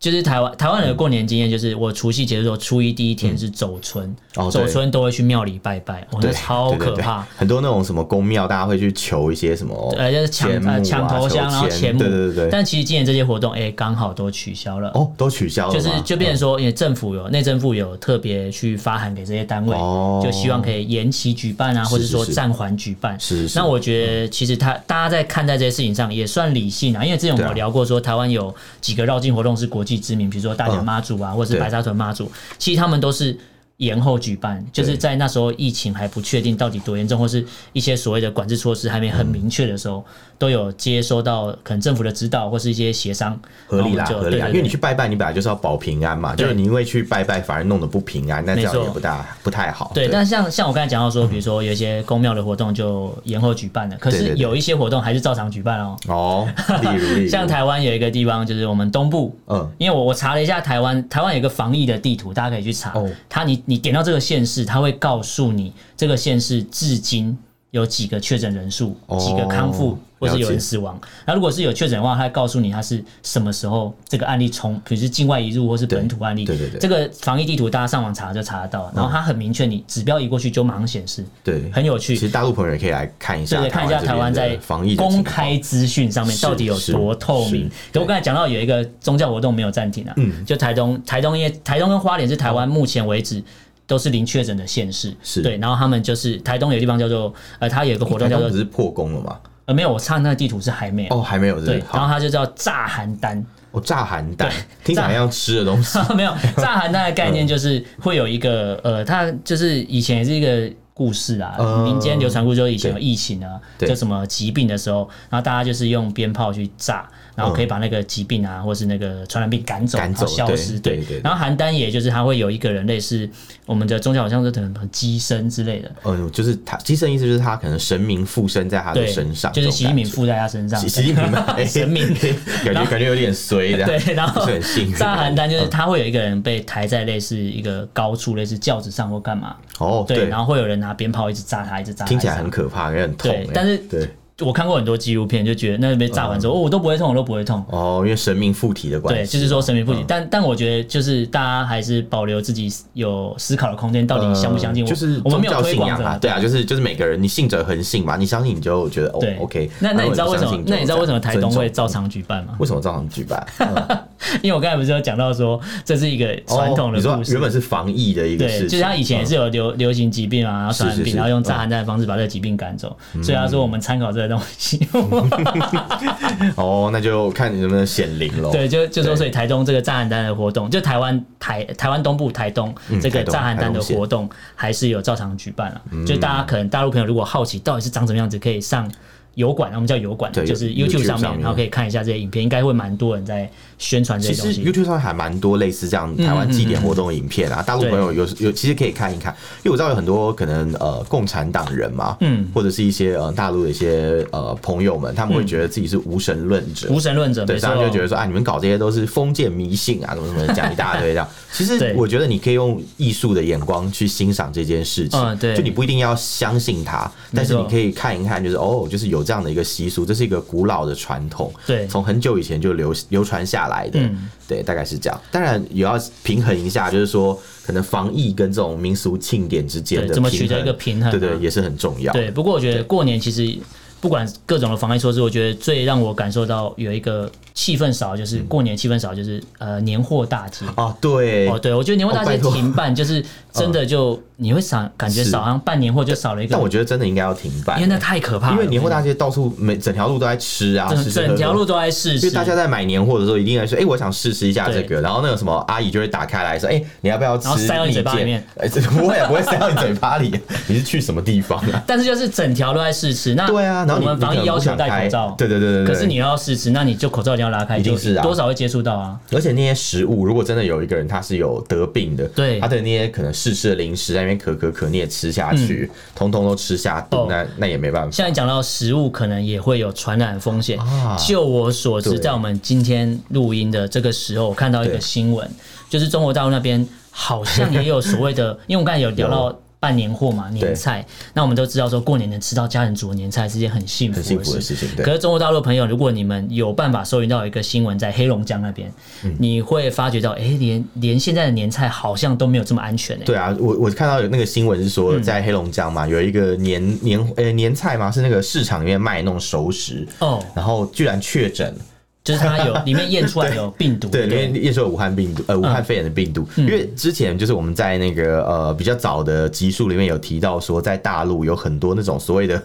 Speaker 2: 就是台湾台湾人的过年经验，就是我除夕结束之后，初一第一天是走春，
Speaker 1: 嗯哦对
Speaker 2: 走春都会去庙里拜拜，我觉
Speaker 1: 对，
Speaker 2: 得超
Speaker 1: 对对
Speaker 2: 可
Speaker 1: 对
Speaker 2: 怕。
Speaker 1: 很多那种什么宫庙，大家会去求一些什么，
Speaker 2: 呃，就是抢
Speaker 1: 钱
Speaker 2: 呃
Speaker 1: 母
Speaker 2: 抢
Speaker 1: 啊
Speaker 2: 头
Speaker 1: 求
Speaker 2: 香，然后
Speaker 1: 签
Speaker 2: 钱母，
Speaker 1: 对对对对
Speaker 2: 但其实今年这些活动，哎，刚好都取消了。
Speaker 1: 哦，嗯都取消了
Speaker 2: 就
Speaker 1: 吗，
Speaker 2: 是就变成说，也政府有内政部有特别去发函给这些单位
Speaker 1: 哦，
Speaker 2: 就希望可以延期举办啊，或者
Speaker 1: 是
Speaker 2: 说
Speaker 1: 是
Speaker 2: 暂缓举办。
Speaker 1: 是是嗯
Speaker 2: 那我觉得其实他大家在看待这些事情上也算理性啊，因为之前我们
Speaker 1: 对啊
Speaker 2: 有聊过说，台湾有几个绕境活动是国际知名，比如说大甲
Speaker 1: 嗯
Speaker 2: 妈祖啊，或者是
Speaker 1: 对
Speaker 2: 白沙屯妈祖，其实他们都是。延后举办，就是
Speaker 1: 对
Speaker 2: 在那时候疫情还不确定到底多严重，或是一些所谓的管制措施还没
Speaker 1: 嗯
Speaker 2: 很明确的时候，都有接收到可能政府的指导或是一些协商，
Speaker 1: 合理啦，
Speaker 2: 然后我们就
Speaker 1: 合理啦，
Speaker 2: 对对对
Speaker 1: 因为你去拜拜，你本来就是要保平安嘛，就是你因为去拜拜反而弄得不平安，那这样
Speaker 2: 没错
Speaker 1: 也不大不太好。
Speaker 2: 对，但像像我刚才讲到说，比如说有一些公庙的活动就延后举办了，可
Speaker 1: 嗯对
Speaker 2: 是
Speaker 1: 对对
Speaker 2: 有一些活动还是照常举办哦。
Speaker 1: 哦，例如例如，
Speaker 2: 像台湾有一个地方，就是我们东部，
Speaker 1: 嗯，
Speaker 2: 因为我我查了一下台湾，台湾有一个防疫的地图，大家可以去查。
Speaker 1: 哦
Speaker 2: 它你你点到这个县市，它会告诉你这个县市至今有几个确诊人数、
Speaker 1: 哦
Speaker 2: 几个康复，或是有
Speaker 1: 了解
Speaker 2: 人死亡。那如果是有确诊的话，它会告诉你它是什么时候这个案例从，比如是境外移入或是本土案例。
Speaker 1: 对对对
Speaker 2: 这个防疫地图大家上网查就查得到，然后它很明确，你指标移过去就马上显示。
Speaker 1: 对，
Speaker 2: 很有
Speaker 1: 其
Speaker 2: 趣。
Speaker 1: 实大陆朋友也可以来看一
Speaker 2: 对
Speaker 1: 下，
Speaker 2: 对，看一下台湾在
Speaker 1: 防疫的
Speaker 2: 公
Speaker 1: 情况哦
Speaker 2: 开资讯上面
Speaker 1: 是
Speaker 2: 到底有多透
Speaker 1: 是
Speaker 2: 明
Speaker 1: 是。嗯
Speaker 2: 可我刚才讲到有一个宗教活动没有暂停啊，就台东，台东因为台东跟花莲是台湾目前为止。都是零确诊的县市，
Speaker 1: 是
Speaker 2: 对，然后他们就是台东有地方叫做，呃，它有一个活动
Speaker 1: 台
Speaker 2: 叫
Speaker 1: 东
Speaker 2: 做
Speaker 1: 不，是破功了吗？
Speaker 2: 呃，没有，我查那个地图是还没有，
Speaker 1: 哦，还没有是不
Speaker 2: 对
Speaker 1: 是，，
Speaker 2: 然后
Speaker 1: 好，
Speaker 2: 它就叫炸邯郸，
Speaker 1: 哦，炸邯郸，听起来像吃的东西，
Speaker 2: 没有炸邯郸的概念就是会有一个呃，它就是以前也是一个故事啊，
Speaker 1: 嗯
Speaker 2: 民间流传故事，就是以前有
Speaker 1: 对
Speaker 2: 疫情啊，
Speaker 1: 对
Speaker 2: 就什么疾病的时候，然后大家就是用鞭炮去炸，然后可以把那个疾病啊，或是那个传染病赶走，
Speaker 1: 嗯赶走
Speaker 2: 然后消失。
Speaker 1: 对对对对
Speaker 2: 然后邯郸也就是它会有一个人类似我们的宗教好像是可能鸡身之类的，
Speaker 1: 嗯，就是他，其实意思就是他可能神明附身在他的
Speaker 2: 对，
Speaker 1: 身上，
Speaker 2: 就是
Speaker 1: 这种
Speaker 2: 习近平
Speaker 1: 感觉
Speaker 2: 附在他身 上，
Speaker 1: 习习近平嘛，哎
Speaker 2: 神明
Speaker 1: 感
Speaker 2: 然
Speaker 1: 觉
Speaker 2: 后
Speaker 1: 感觉有点衰的，
Speaker 2: 对，然后
Speaker 1: 不是很幸运。
Speaker 2: 炸邯郸
Speaker 1: 嗯
Speaker 2: 就是他会有一个人被抬在类似一个高处，类似轿子上或干嘛，
Speaker 1: 哦，
Speaker 2: 对，
Speaker 1: 对，
Speaker 2: 然后会有人拿鞭炮一直炸他，一直炸他。
Speaker 1: 听起来
Speaker 2: 一直
Speaker 1: 很可怕，也很痛
Speaker 2: 对
Speaker 1: 哎，
Speaker 2: 但是
Speaker 1: 对。
Speaker 2: 炸我看过很多纪录片，就觉得那被炸完
Speaker 1: 嗯
Speaker 2: 之后，哦，我都不会痛，我都不会痛。
Speaker 1: 哦，因为神明附体的关
Speaker 2: 对，
Speaker 1: 系，
Speaker 2: 就是说神
Speaker 1: 嗯
Speaker 2: 明不理，但但我觉得就是大家还是保留自己有思考的空间，到底相不相信我？
Speaker 1: 呃就是
Speaker 2: 我们
Speaker 1: 宗
Speaker 2: 没有
Speaker 1: 教
Speaker 2: 推
Speaker 1: 信
Speaker 2: 广
Speaker 1: 仰
Speaker 2: 什么
Speaker 1: 啊，对啊，就是就是每个人你信者恒信嘛，你相信你就觉得哦
Speaker 2: 对
Speaker 1: ，OK
Speaker 2: 那那你知道为什么？那你知道为什么台东？
Speaker 1: 如果不相信就
Speaker 2: 会
Speaker 1: 这样
Speaker 2: 照常举办吗？
Speaker 1: 为什么照常举办？嗯
Speaker 2: 因为我刚才不是有讲到说这是一个 传统的
Speaker 1: 哦
Speaker 2: 故
Speaker 1: 你
Speaker 2: 事，
Speaker 1: 说原本是防疫的一个
Speaker 2: 对，
Speaker 1: 事情，
Speaker 2: 就是他以前也是有流、流行疾病啊，然后传染病，
Speaker 1: 是是是嗯
Speaker 2: 然后用炸寒弹的方式把这个疾病赶走，所以他说我们参考这个东西，
Speaker 1: 嗯哦，那就看你能不能显灵喽。
Speaker 2: 对，就就说
Speaker 1: 哦对
Speaker 2: 所以台东这个炸寒弹的活动，就台湾台台湾东部台东
Speaker 1: 嗯
Speaker 2: 这个
Speaker 1: 台东
Speaker 2: 炸寒弹
Speaker 1: 台
Speaker 2: 的
Speaker 1: 东县嗯
Speaker 2: 活动还是有照常举办了、就大家可能大陆朋友如果好奇到底是长什么样子，可以上。油管，我们叫油管，
Speaker 1: 对
Speaker 2: 就是
Speaker 1: YouTube
Speaker 2: YouTube 上
Speaker 1: 上
Speaker 2: 面，
Speaker 1: 面
Speaker 2: 然后可以看一下这些影片，应该会蛮多人在宣传这
Speaker 1: 其
Speaker 2: 些东
Speaker 1: 实
Speaker 2: 西。嗯
Speaker 1: YouTube 上还蛮多类似这样台湾祭典活动的影片啊，大陆朋友有有其实可以看一看，因为我知道有很多可能呃共产党人嘛，
Speaker 2: 嗯
Speaker 1: 或者是一些呃大陆的一些呃朋友们，他们会觉得自己是无神论者，
Speaker 2: 无神论者，
Speaker 1: 对，
Speaker 2: 没错
Speaker 1: 所以他们就觉得说啊，你们搞这些都是封建迷信啊，怎么怎么讲一大堆这 样。其
Speaker 2: 对
Speaker 1: 实我觉得你可以用艺术的眼光去欣赏这件事情，
Speaker 2: 嗯对
Speaker 1: 就你不一定要相信它，但是
Speaker 2: 没错
Speaker 1: 你可以看一看，就是哦，就是有这样的一个习俗，这是一个古老的传统，
Speaker 2: 对
Speaker 1: 从很久以前就流流传下来的，
Speaker 2: 嗯
Speaker 1: 对，大概是这样。当然也要平衡一下，就是说可能防疫跟这种民俗庆典之间
Speaker 2: 对
Speaker 1: 的
Speaker 2: 怎么
Speaker 1: 平
Speaker 2: 取得
Speaker 1: 衡
Speaker 2: 一个平衡
Speaker 1: 对对
Speaker 2: 啊，
Speaker 1: 也是很重要。
Speaker 2: 对，不过我觉得过年其实不管各种的防疫措施，我觉得最让我感受到有一个气氛少，就是
Speaker 1: 嗯
Speaker 2: 过年气氛少，就是呃年货大街。
Speaker 1: 啊，对，
Speaker 2: 哦，对，我觉得年货大
Speaker 1: 哦
Speaker 2: 街
Speaker 1: 拜托
Speaker 2: 停办，就是真的 就你会少感觉
Speaker 1: 是
Speaker 2: 少，好像办年货就少了一个
Speaker 1: 但，我觉得真的应该要停办，
Speaker 2: 因为那太可怕了。
Speaker 1: 因为年货大街到处每整条路都在吃啊，
Speaker 2: 整
Speaker 1: 吃吃喝喝
Speaker 2: 整条路。都在试
Speaker 1: 因为
Speaker 2: 试，
Speaker 1: 大家在买年货的时候，一定来说：“哎、我想试吃一下这个。”然后那个什么阿姨就会打开来说：“哎、你要不要吃
Speaker 2: 嗯然
Speaker 1: 蜜
Speaker 2: 后
Speaker 1: 饯？”
Speaker 2: 塞到你嘴巴里面
Speaker 1: 哎，这不会啊，不会塞到你嘴巴 里。你是去什么地方啊？
Speaker 2: 但是就是整条都在试吃。那
Speaker 1: 对啊，然后
Speaker 2: 我
Speaker 1: 你
Speaker 2: 们防疫要求戴口罩，
Speaker 1: 对对对对对。
Speaker 2: 可是你要试吃，那你就口罩一定要拉开，
Speaker 1: 一定
Speaker 2: 就是
Speaker 1: 啊
Speaker 2: 多少会接触到啊。
Speaker 1: 而且那些食物，如果真的有一个人他是有得病的，
Speaker 2: 对
Speaker 1: 他的那些可能试吃的零食在那边可可可，你也吃下去，通通都吃下肚，
Speaker 2: 嗯哦
Speaker 1: 那那也没办法。
Speaker 2: 像你讲到食物，可能也会有传染风险。
Speaker 1: 啊
Speaker 2: 就我所知，
Speaker 1: 对
Speaker 2: 在我们今天录音的这个时候，我看到一个
Speaker 1: 对
Speaker 2: 新闻，就是中国大陆那边好像也有所 谓的，因为我刚才有聊到。办年货嘛，年菜，那我们都知道说过年能吃到家人煮的年菜是件很幸福
Speaker 1: 很幸福
Speaker 2: 的
Speaker 1: 的
Speaker 2: 事
Speaker 1: 事情对
Speaker 2: 可是中国大陆的朋友，如果你们有办法收云到一个新闻，在黑龙江那边，
Speaker 1: 嗯
Speaker 2: 你会发觉到，哎、连连现在的年菜好像都没有这么安全哎、
Speaker 1: 对啊，我我看到有那个新闻是说，
Speaker 2: 嗯
Speaker 1: 在黑龙江嘛，有一个年年呃、年菜嘛，是那个市场里面卖那种熟食，
Speaker 2: 哦，
Speaker 1: 然后居然确诊，
Speaker 2: 就是它有里面验出来有病 毒，
Speaker 1: 对，
Speaker 2: 不
Speaker 1: 因为验收有武汉病毒，呃，
Speaker 2: 嗯
Speaker 1: 武汉肺炎的病毒，因为之前就是我们在那个呃比较早的集数里面有提到说，在大陆有很多那种所谓的。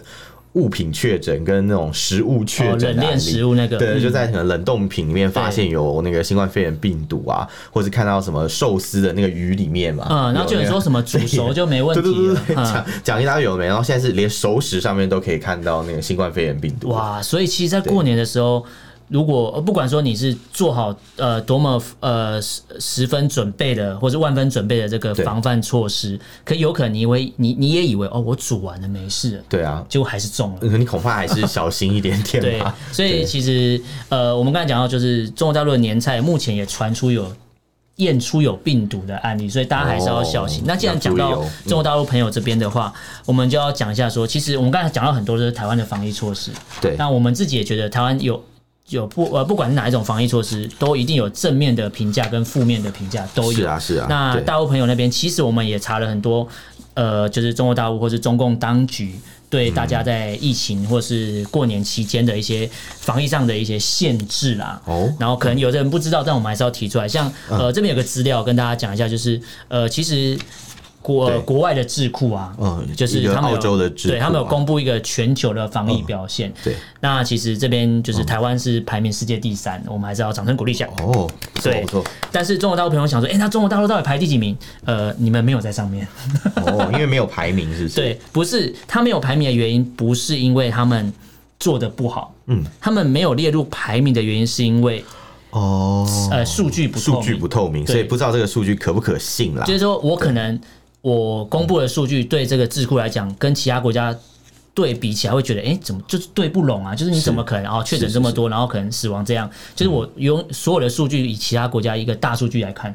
Speaker 1: 物品确诊跟那种食物确
Speaker 2: 哦
Speaker 1: 诊的案例、
Speaker 2: 冷链食物那个
Speaker 1: 对，
Speaker 2: 嗯
Speaker 1: 就在可能冷冻品里面发
Speaker 2: 对
Speaker 1: 现有那个新冠肺炎病毒啊，或是看到什么寿司的那个鱼里面嘛，
Speaker 2: 嗯，然后就有
Speaker 1: 那
Speaker 2: 人
Speaker 1: 个
Speaker 2: 说什么煮熟就没问
Speaker 1: 对对
Speaker 2: 题
Speaker 1: 对
Speaker 2: 了
Speaker 1: 对，对，
Speaker 2: 嗯
Speaker 1: 讲讲一大堆有的没，然后现在是连熟食上面都可以看到那个新冠肺炎病毒。
Speaker 2: 哇，所以其实，在过年的时候，如果呃不管说你是做好呃多么呃十十分准备的，或者万分准备的这个
Speaker 1: 对
Speaker 2: 防范措施，可有可能你以为你你也以为哦，我煮完了没事了，
Speaker 1: 对啊，
Speaker 2: 结果还是中了。
Speaker 1: 你恐怕还是小心一点点
Speaker 2: 对
Speaker 1: 吧。，
Speaker 2: 啊所以其实呃，我们刚才讲到，就是中国大陆的年菜目前也传出有验出有病毒的案例，所以大家还是要小心。
Speaker 1: 哦
Speaker 2: 那既然讲到
Speaker 1: 要注意哦
Speaker 2: 中国大陆朋友这边的话，我们就要讲一下说，其实我们刚才讲到很多都是台湾的防疫措施，
Speaker 1: 对
Speaker 2: 那我们自己也觉得台湾有。有不呃，不管是哪一种防疫措施，都一定有正面的评价跟负面的评价都有。
Speaker 1: 是啊是啊
Speaker 2: 那
Speaker 1: 对
Speaker 2: 大陆朋友那边，其实我们也查了很多，呃，就是中国大陆或是中共当局对大家在疫情或是过年期间的一些防疫上的一些限制啦。
Speaker 1: 哦嗯
Speaker 2: 然后可能有的人不知道，但我们还是要提出来。像呃，这边有个资料跟大家讲一下，就是呃，其实。国、
Speaker 1: 对
Speaker 2: 国外的智库啊，
Speaker 1: 嗯
Speaker 2: 就是
Speaker 1: 一个
Speaker 2: 他们有
Speaker 1: 澳洲的智库
Speaker 2: 对他们有
Speaker 1: 啊嗯
Speaker 2: 公布一个全球的防疫表现。
Speaker 1: 对
Speaker 2: 那其实这边
Speaker 1: 嗯
Speaker 2: 就是台湾是排名世界第三，我们还是要掌声鼓励一下。
Speaker 1: 哦，不错
Speaker 2: 对
Speaker 1: 不错
Speaker 2: 但是中国大陆朋友想说，哎、那中国大陆到底排第几名？呃，你们没有在 上面。
Speaker 1: 哦，因为没有排名是不是？
Speaker 2: 对，不是他没有排名的原因，不是因为他们做的不好，嗯，他们没有列入排名的原因是因为
Speaker 1: 哦，
Speaker 2: 呃数据不透
Speaker 1: 数
Speaker 2: 明
Speaker 1: 据不透明，
Speaker 2: 对
Speaker 1: 所以不知道这个数据可不可信啦
Speaker 2: 就。是说我可能我公布的数据对这个智库来讲，跟其他国家。对比起来会觉得，哎、怎么就是对不拢啊？就是你怎么可能啊？确诊这么多，然后可能死亡这样，就是我用所有的数据以其他国家一个大数据来看，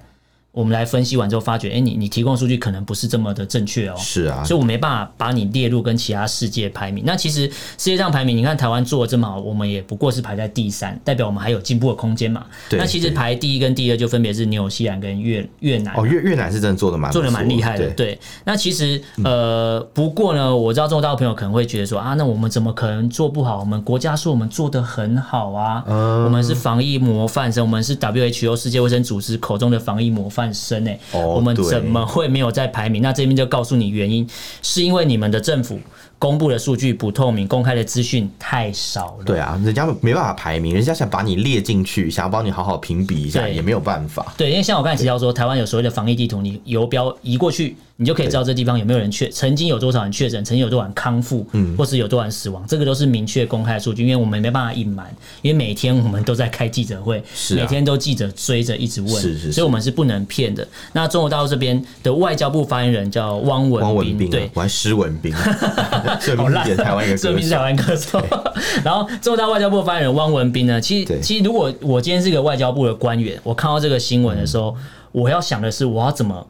Speaker 2: 我们来分析完之后发觉，哎、你你提供的数据可能不是这么的正确哦。
Speaker 1: 是啊，
Speaker 2: 所以我没办法把你列入跟其他世界排名。那其实世界上排名，你看台湾做的这么好，我们也不过是排在第三，代表我们还有进步的空间嘛。
Speaker 1: 对
Speaker 2: 那其实
Speaker 1: 对
Speaker 2: 排第一跟第二就分别是纽西兰跟越越南。
Speaker 1: 哦，越越南是真的做的蛮不
Speaker 2: 做的蛮
Speaker 1: 错
Speaker 2: 厉害的，
Speaker 1: 对
Speaker 2: 对。那其实呃，不过呢，我知道中国大陆朋友可能会觉得说啊，那我们怎么可能做不好？我们国家说我们做的很好啊，
Speaker 1: 嗯
Speaker 2: 我们是防疫模范生，我们是 WHO 世界卫生组织口中的防疫模范生诶、
Speaker 1: 哦
Speaker 2: 我们
Speaker 1: 对
Speaker 2: 怎么会没有在排名？那这边就告诉你原因，是因为你们的政府公布的数据不透明，公开的资讯太少了。
Speaker 1: 对啊，人家没办法排名，人家想把你列进去，想要帮你好好评比一下，
Speaker 2: 对
Speaker 1: 也没有办法。
Speaker 2: 对，因为像我刚才提到说，台湾有所谓的防疫地图，你游标移过去，你就可以知道这地方有没有人确，曾经有多少人确诊，曾经有多少人康复，
Speaker 1: 嗯
Speaker 2: 或是有多少人死亡，这个都是明确公开的数据，因为我们没办法隐瞒，因为每天我们都在开记者会，
Speaker 1: 是啊
Speaker 2: 每天都记者追着一直问，
Speaker 1: 是是是
Speaker 2: 所以我们是不能骗的。那中国大陆这边的外交部发言人叫汪文
Speaker 1: 汪文
Speaker 2: 斌
Speaker 1: 斌、啊
Speaker 2: 对，，
Speaker 1: 我还施文 斌，顺
Speaker 2: 好
Speaker 1: 便
Speaker 2: 烂
Speaker 1: 是，台湾一个
Speaker 2: 顺
Speaker 1: 歌
Speaker 2: 便是台
Speaker 1: 手。
Speaker 2: 湾歌手。 然后中国大陆外交部发言人汪文斌呢，其实
Speaker 1: 对
Speaker 2: 其实如果我今天是一个外交部的官员，我看到这个新闻的时候，
Speaker 1: 嗯
Speaker 2: 我要想的是我要怎么。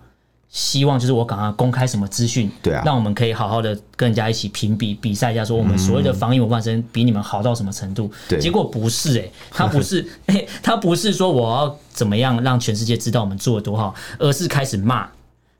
Speaker 2: 希望就是我赶快公开什么资讯，
Speaker 1: 对啊
Speaker 2: 让我们可以好好的跟人家一起评比比赛一下，说我们所谓的防疫模范生比你们好到什么程度？
Speaker 1: 对
Speaker 2: 结果不是哎、他 不是哎、他不是说我要怎么样让全世界知道我们做的多好，而是开始骂，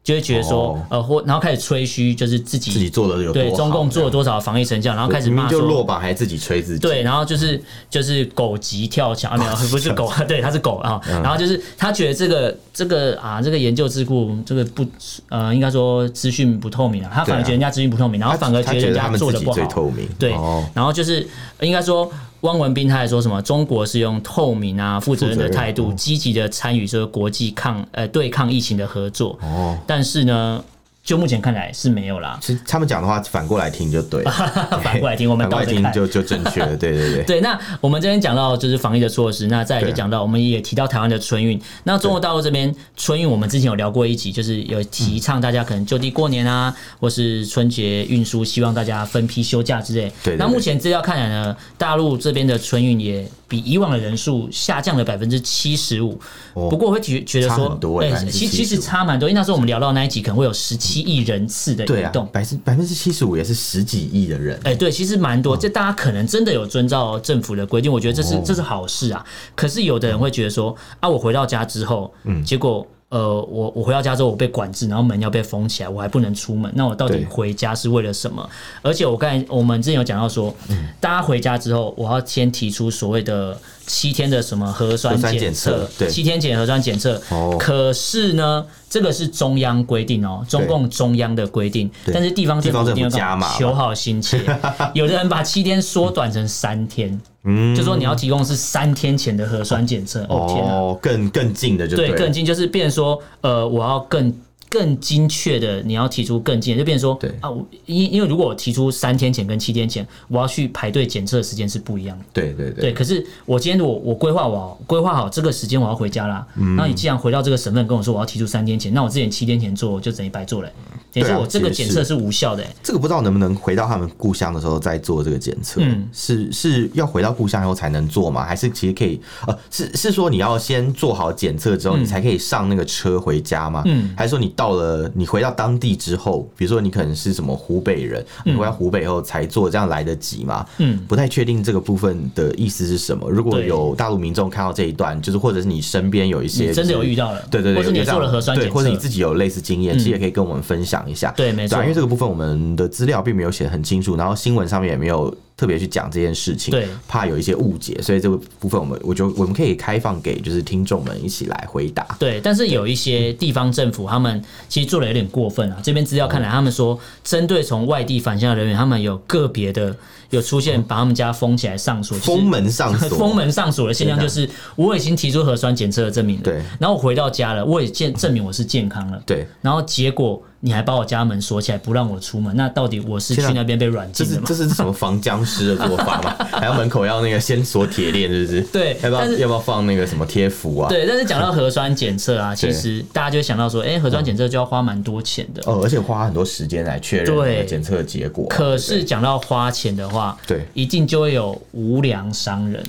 Speaker 2: 就会觉得说、
Speaker 1: 哦
Speaker 2: 呃或然后开始吹嘘，就是自己
Speaker 1: 自己做的有多
Speaker 2: 对
Speaker 1: 好
Speaker 2: 中共做了
Speaker 1: 这样
Speaker 2: 多少防疫成效，然后开始
Speaker 1: 明明
Speaker 2: 骂
Speaker 1: 就落
Speaker 2: 说。
Speaker 1: 榜，还自己吹自己。
Speaker 2: 对，，然后就是就是狗急跳墙，啊、没有，不是狗， 对，他是狗啊。
Speaker 1: 嗯
Speaker 2: 然后就是他觉得这个这个啊，这个研究智库这个不呃，应该说资讯不透明啊，他反而
Speaker 1: 对啊
Speaker 2: 觉得人家资讯不透明，然后
Speaker 1: 他
Speaker 2: 反而
Speaker 1: 他
Speaker 2: 得
Speaker 1: 觉
Speaker 2: 人
Speaker 1: 得他
Speaker 2: 家
Speaker 1: 们
Speaker 2: 做
Speaker 1: 自
Speaker 2: 的
Speaker 1: 己
Speaker 2: 不
Speaker 1: 最
Speaker 2: 好。
Speaker 1: 透明。
Speaker 2: 对，
Speaker 1: 哦
Speaker 2: 然后就是应该说，汪文斌他还说什么？中国是用透明啊、负责任的
Speaker 1: 负
Speaker 2: 态
Speaker 1: 责
Speaker 2: 度，
Speaker 1: 任哦
Speaker 2: 积极的参与这个国际抗呃对抗疫情的合作。
Speaker 1: 哦，
Speaker 2: 但是呢，就目前看来是没有啦。
Speaker 1: 其实他们讲的话反过来听就对了，
Speaker 2: 反过来听，我们
Speaker 1: 反过
Speaker 2: 倒
Speaker 1: 来
Speaker 2: 着
Speaker 1: 听
Speaker 2: 看。
Speaker 1: 就就正确 了。对对对，
Speaker 2: 对，那我们这边讲到就是防疫的措施，那再来就
Speaker 1: 对啊
Speaker 2: 讲到我们也提到台湾的春运。那中国大陆这边春运，我们之前有聊过一集，就是有提倡大家可能就地过年
Speaker 1: 嗯
Speaker 2: 啊，或是春节运输，希望大家分批休假之类。
Speaker 1: 对对
Speaker 2: 那
Speaker 1: 对
Speaker 2: 目前资料看来呢，大陆这边的春运也比以往的人数下降了百分之七十五。
Speaker 1: 哦
Speaker 2: 不过我会觉觉得
Speaker 1: 差
Speaker 2: 说
Speaker 1: 很多，欸
Speaker 2: 哎
Speaker 1: 百分之
Speaker 2: 其其实
Speaker 1: 75%
Speaker 2: 差蛮多，因为那时候我们聊到那一集可能会有十七亿人次的
Speaker 1: 对
Speaker 2: 移
Speaker 1: 啊
Speaker 2: 动，。
Speaker 1: 百分百分之七十五也是十几亿的人。嗯
Speaker 2: 哎、对，其实蛮多，这大家可能真的有遵照政府的规定，我觉得这是、
Speaker 1: 哦
Speaker 2: 这是好事啊。可是有的人会觉得说，啊，我回到家之后，
Speaker 1: 嗯
Speaker 2: 结果呃，我我回到家之后我被管制，然后门要被封起来，我还不能出门，那我到底
Speaker 1: 对
Speaker 2: 回家是为了什么？而且我刚才我们之前有讲到说，
Speaker 1: 嗯
Speaker 2: 大家回家之后，我要先提出所谓的七天的什么核酸
Speaker 1: 核酸
Speaker 2: 检
Speaker 1: 检测
Speaker 2: 测，
Speaker 1: 对
Speaker 2: 七天检核酸检测。
Speaker 1: 哦
Speaker 2: 可是呢，这个是中央规定哦，中
Speaker 1: 对
Speaker 2: 共中央的规定，
Speaker 1: 对
Speaker 2: 但是啊地方政府一定要
Speaker 1: 地方政府加码嘛
Speaker 2: 求好心切， 有的人把七天缩短成三天，
Speaker 1: 嗯
Speaker 2: 就说你要提供是三天前的核酸检测。哦天啊，
Speaker 1: 哦，更更近的就
Speaker 2: 对，
Speaker 1: 了
Speaker 2: 更近就是变成说，呃，我要更。更精确的，你要提出更近，就变成说
Speaker 1: 对
Speaker 2: 啊，我因因为如果我提出三天前跟七天前，我要去排队检测的时间是不一样的。
Speaker 1: 对对
Speaker 2: 对，
Speaker 1: 对，
Speaker 2: 可是我今天我我规划我规划好这个时间我要回家啦，
Speaker 1: 嗯
Speaker 2: 那你既然回到这个省份跟我说我要提出三天前，那我之前七天前做我就等于白做了、欸，等于
Speaker 1: 对
Speaker 2: 说
Speaker 1: 啊
Speaker 2: 我这个
Speaker 1: 其
Speaker 2: 检
Speaker 1: 实
Speaker 2: 测
Speaker 1: 是
Speaker 2: 是无效的、欸。
Speaker 1: 这个不知道能不能回到他们故乡的时候再做这个检测，
Speaker 2: 嗯
Speaker 1: 是是要回到故乡以后才能做吗？还是其实可以？呃，是是说你要先做好检测之后，你才可以上那个车回家吗？
Speaker 2: 嗯
Speaker 1: 还是说你到了你回到当地之后，比如说你可能是什么湖北人，你回到湖北以后才做，这样来得及吗？
Speaker 2: 嗯
Speaker 1: 不太确定这个部分的意思是什么。如果
Speaker 2: 对
Speaker 1: 有大陆民众看到这一段，就是或者是你身边有一些
Speaker 2: 你真的有
Speaker 1: 就是
Speaker 2: 遇到了
Speaker 1: 对对对，
Speaker 2: 或是你
Speaker 1: 有这样
Speaker 2: 做了核酸
Speaker 1: 对，
Speaker 2: 检
Speaker 1: 或者
Speaker 2: 测嗯
Speaker 1: 你自己有类似经验，其实也可以跟我们分享一下。
Speaker 2: 对没错
Speaker 1: 啊因为这个部分我们的资料并没有写得很清楚，然后新闻上面也没有特别去讲这件事情，
Speaker 2: 对
Speaker 1: 怕有一些误解，所以这个部分我们我觉得我们可以开放给就是听众们一起来回答。
Speaker 2: 对，但是有一些地方政府他们其实做的有点过分啊。这边资料看来，他们说针对从外地返乡的人员，他们有个别的有出现把他们家封起来上锁，就是
Speaker 1: 封门上锁，
Speaker 2: 封门上锁的现象
Speaker 1: 天
Speaker 2: 就
Speaker 1: 哪
Speaker 2: 是，我已经提出核酸检测的证明了，
Speaker 1: 对
Speaker 2: 然后我回到家了，我也健证明我是健康了，
Speaker 1: 对，
Speaker 2: 然后结果你还把我家门锁起来，不让我出门，那到底我是去
Speaker 1: 天哪
Speaker 2: 那边被软
Speaker 1: 这
Speaker 2: 禁
Speaker 1: 是
Speaker 2: 的吗
Speaker 1: 这？是什么防僵尸的做法 吗？还要门口要那个先锁铁链，是不是？
Speaker 2: 对
Speaker 1: 要不要
Speaker 2: 但是
Speaker 1: 要不要放那个什么贴符啊？
Speaker 2: 对，但是讲到核酸检测啊，其
Speaker 1: 对
Speaker 2: 实大家就会想到说，哎、核酸检测就要花蛮多钱的。
Speaker 1: 哦，而且花很多时间来确认
Speaker 2: 对
Speaker 1: 那个检测结果。啊
Speaker 2: 可是讲到花钱的话，
Speaker 1: 对
Speaker 2: 一定就会有无良商人。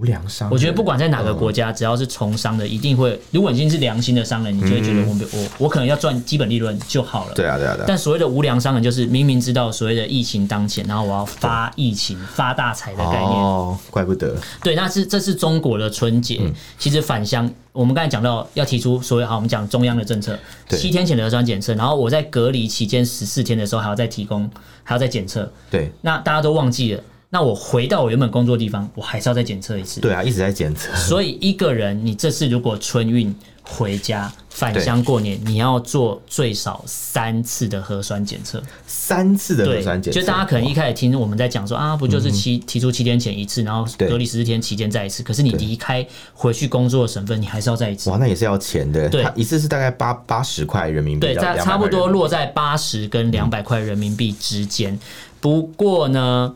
Speaker 1: 无良商人，
Speaker 2: 我觉得不管在哪个
Speaker 1: 嗯
Speaker 2: 国家，只要是从商的，一定会，如果已经是良心的商人，你就会觉得我没我我可能要赚基本利润就好了。
Speaker 1: 嗯对啊对啊对啊，
Speaker 2: 但所谓的无良商人，就是明明知道所谓的疫情当前，然后我要发疫情、发大财的概念。
Speaker 1: 哦，怪不得，
Speaker 2: 对，那是这是中国的春节。
Speaker 1: 嗯
Speaker 2: 其实返乡，我们刚才讲到要提出所谓好，我们讲中央的政策，
Speaker 1: 对
Speaker 2: 七天前的核酸检测，然后我在隔离期间十四天的时候还要再提供，还要再检测。
Speaker 1: 对
Speaker 2: 那大家都忘记了，那我回到我原本工作地方，我还是要再检测 一次。
Speaker 1: 对啊，一直在检测，
Speaker 2: 所以一个人，你这次如果春运回家返乡过年，你要做最少三次的核酸检测。
Speaker 1: 三次的核
Speaker 2: 对，
Speaker 1: 酸检测，
Speaker 2: 就大家可能一开始听我们在讲说啊，不就是七提出七天前一次，然后
Speaker 1: 对
Speaker 2: 隔离十四天期间再一次。可是你离开回去工作的省份，你还是要再一次
Speaker 1: 哇，。那也是要钱的，
Speaker 2: 对
Speaker 1: 它一次是大概八八十块人民币，
Speaker 2: 对，
Speaker 1: 到
Speaker 2: 在
Speaker 1: 200
Speaker 2: 差不
Speaker 1: 块
Speaker 2: 多
Speaker 1: 人民币
Speaker 2: 落在八十跟两百块人民币之间。不过呢，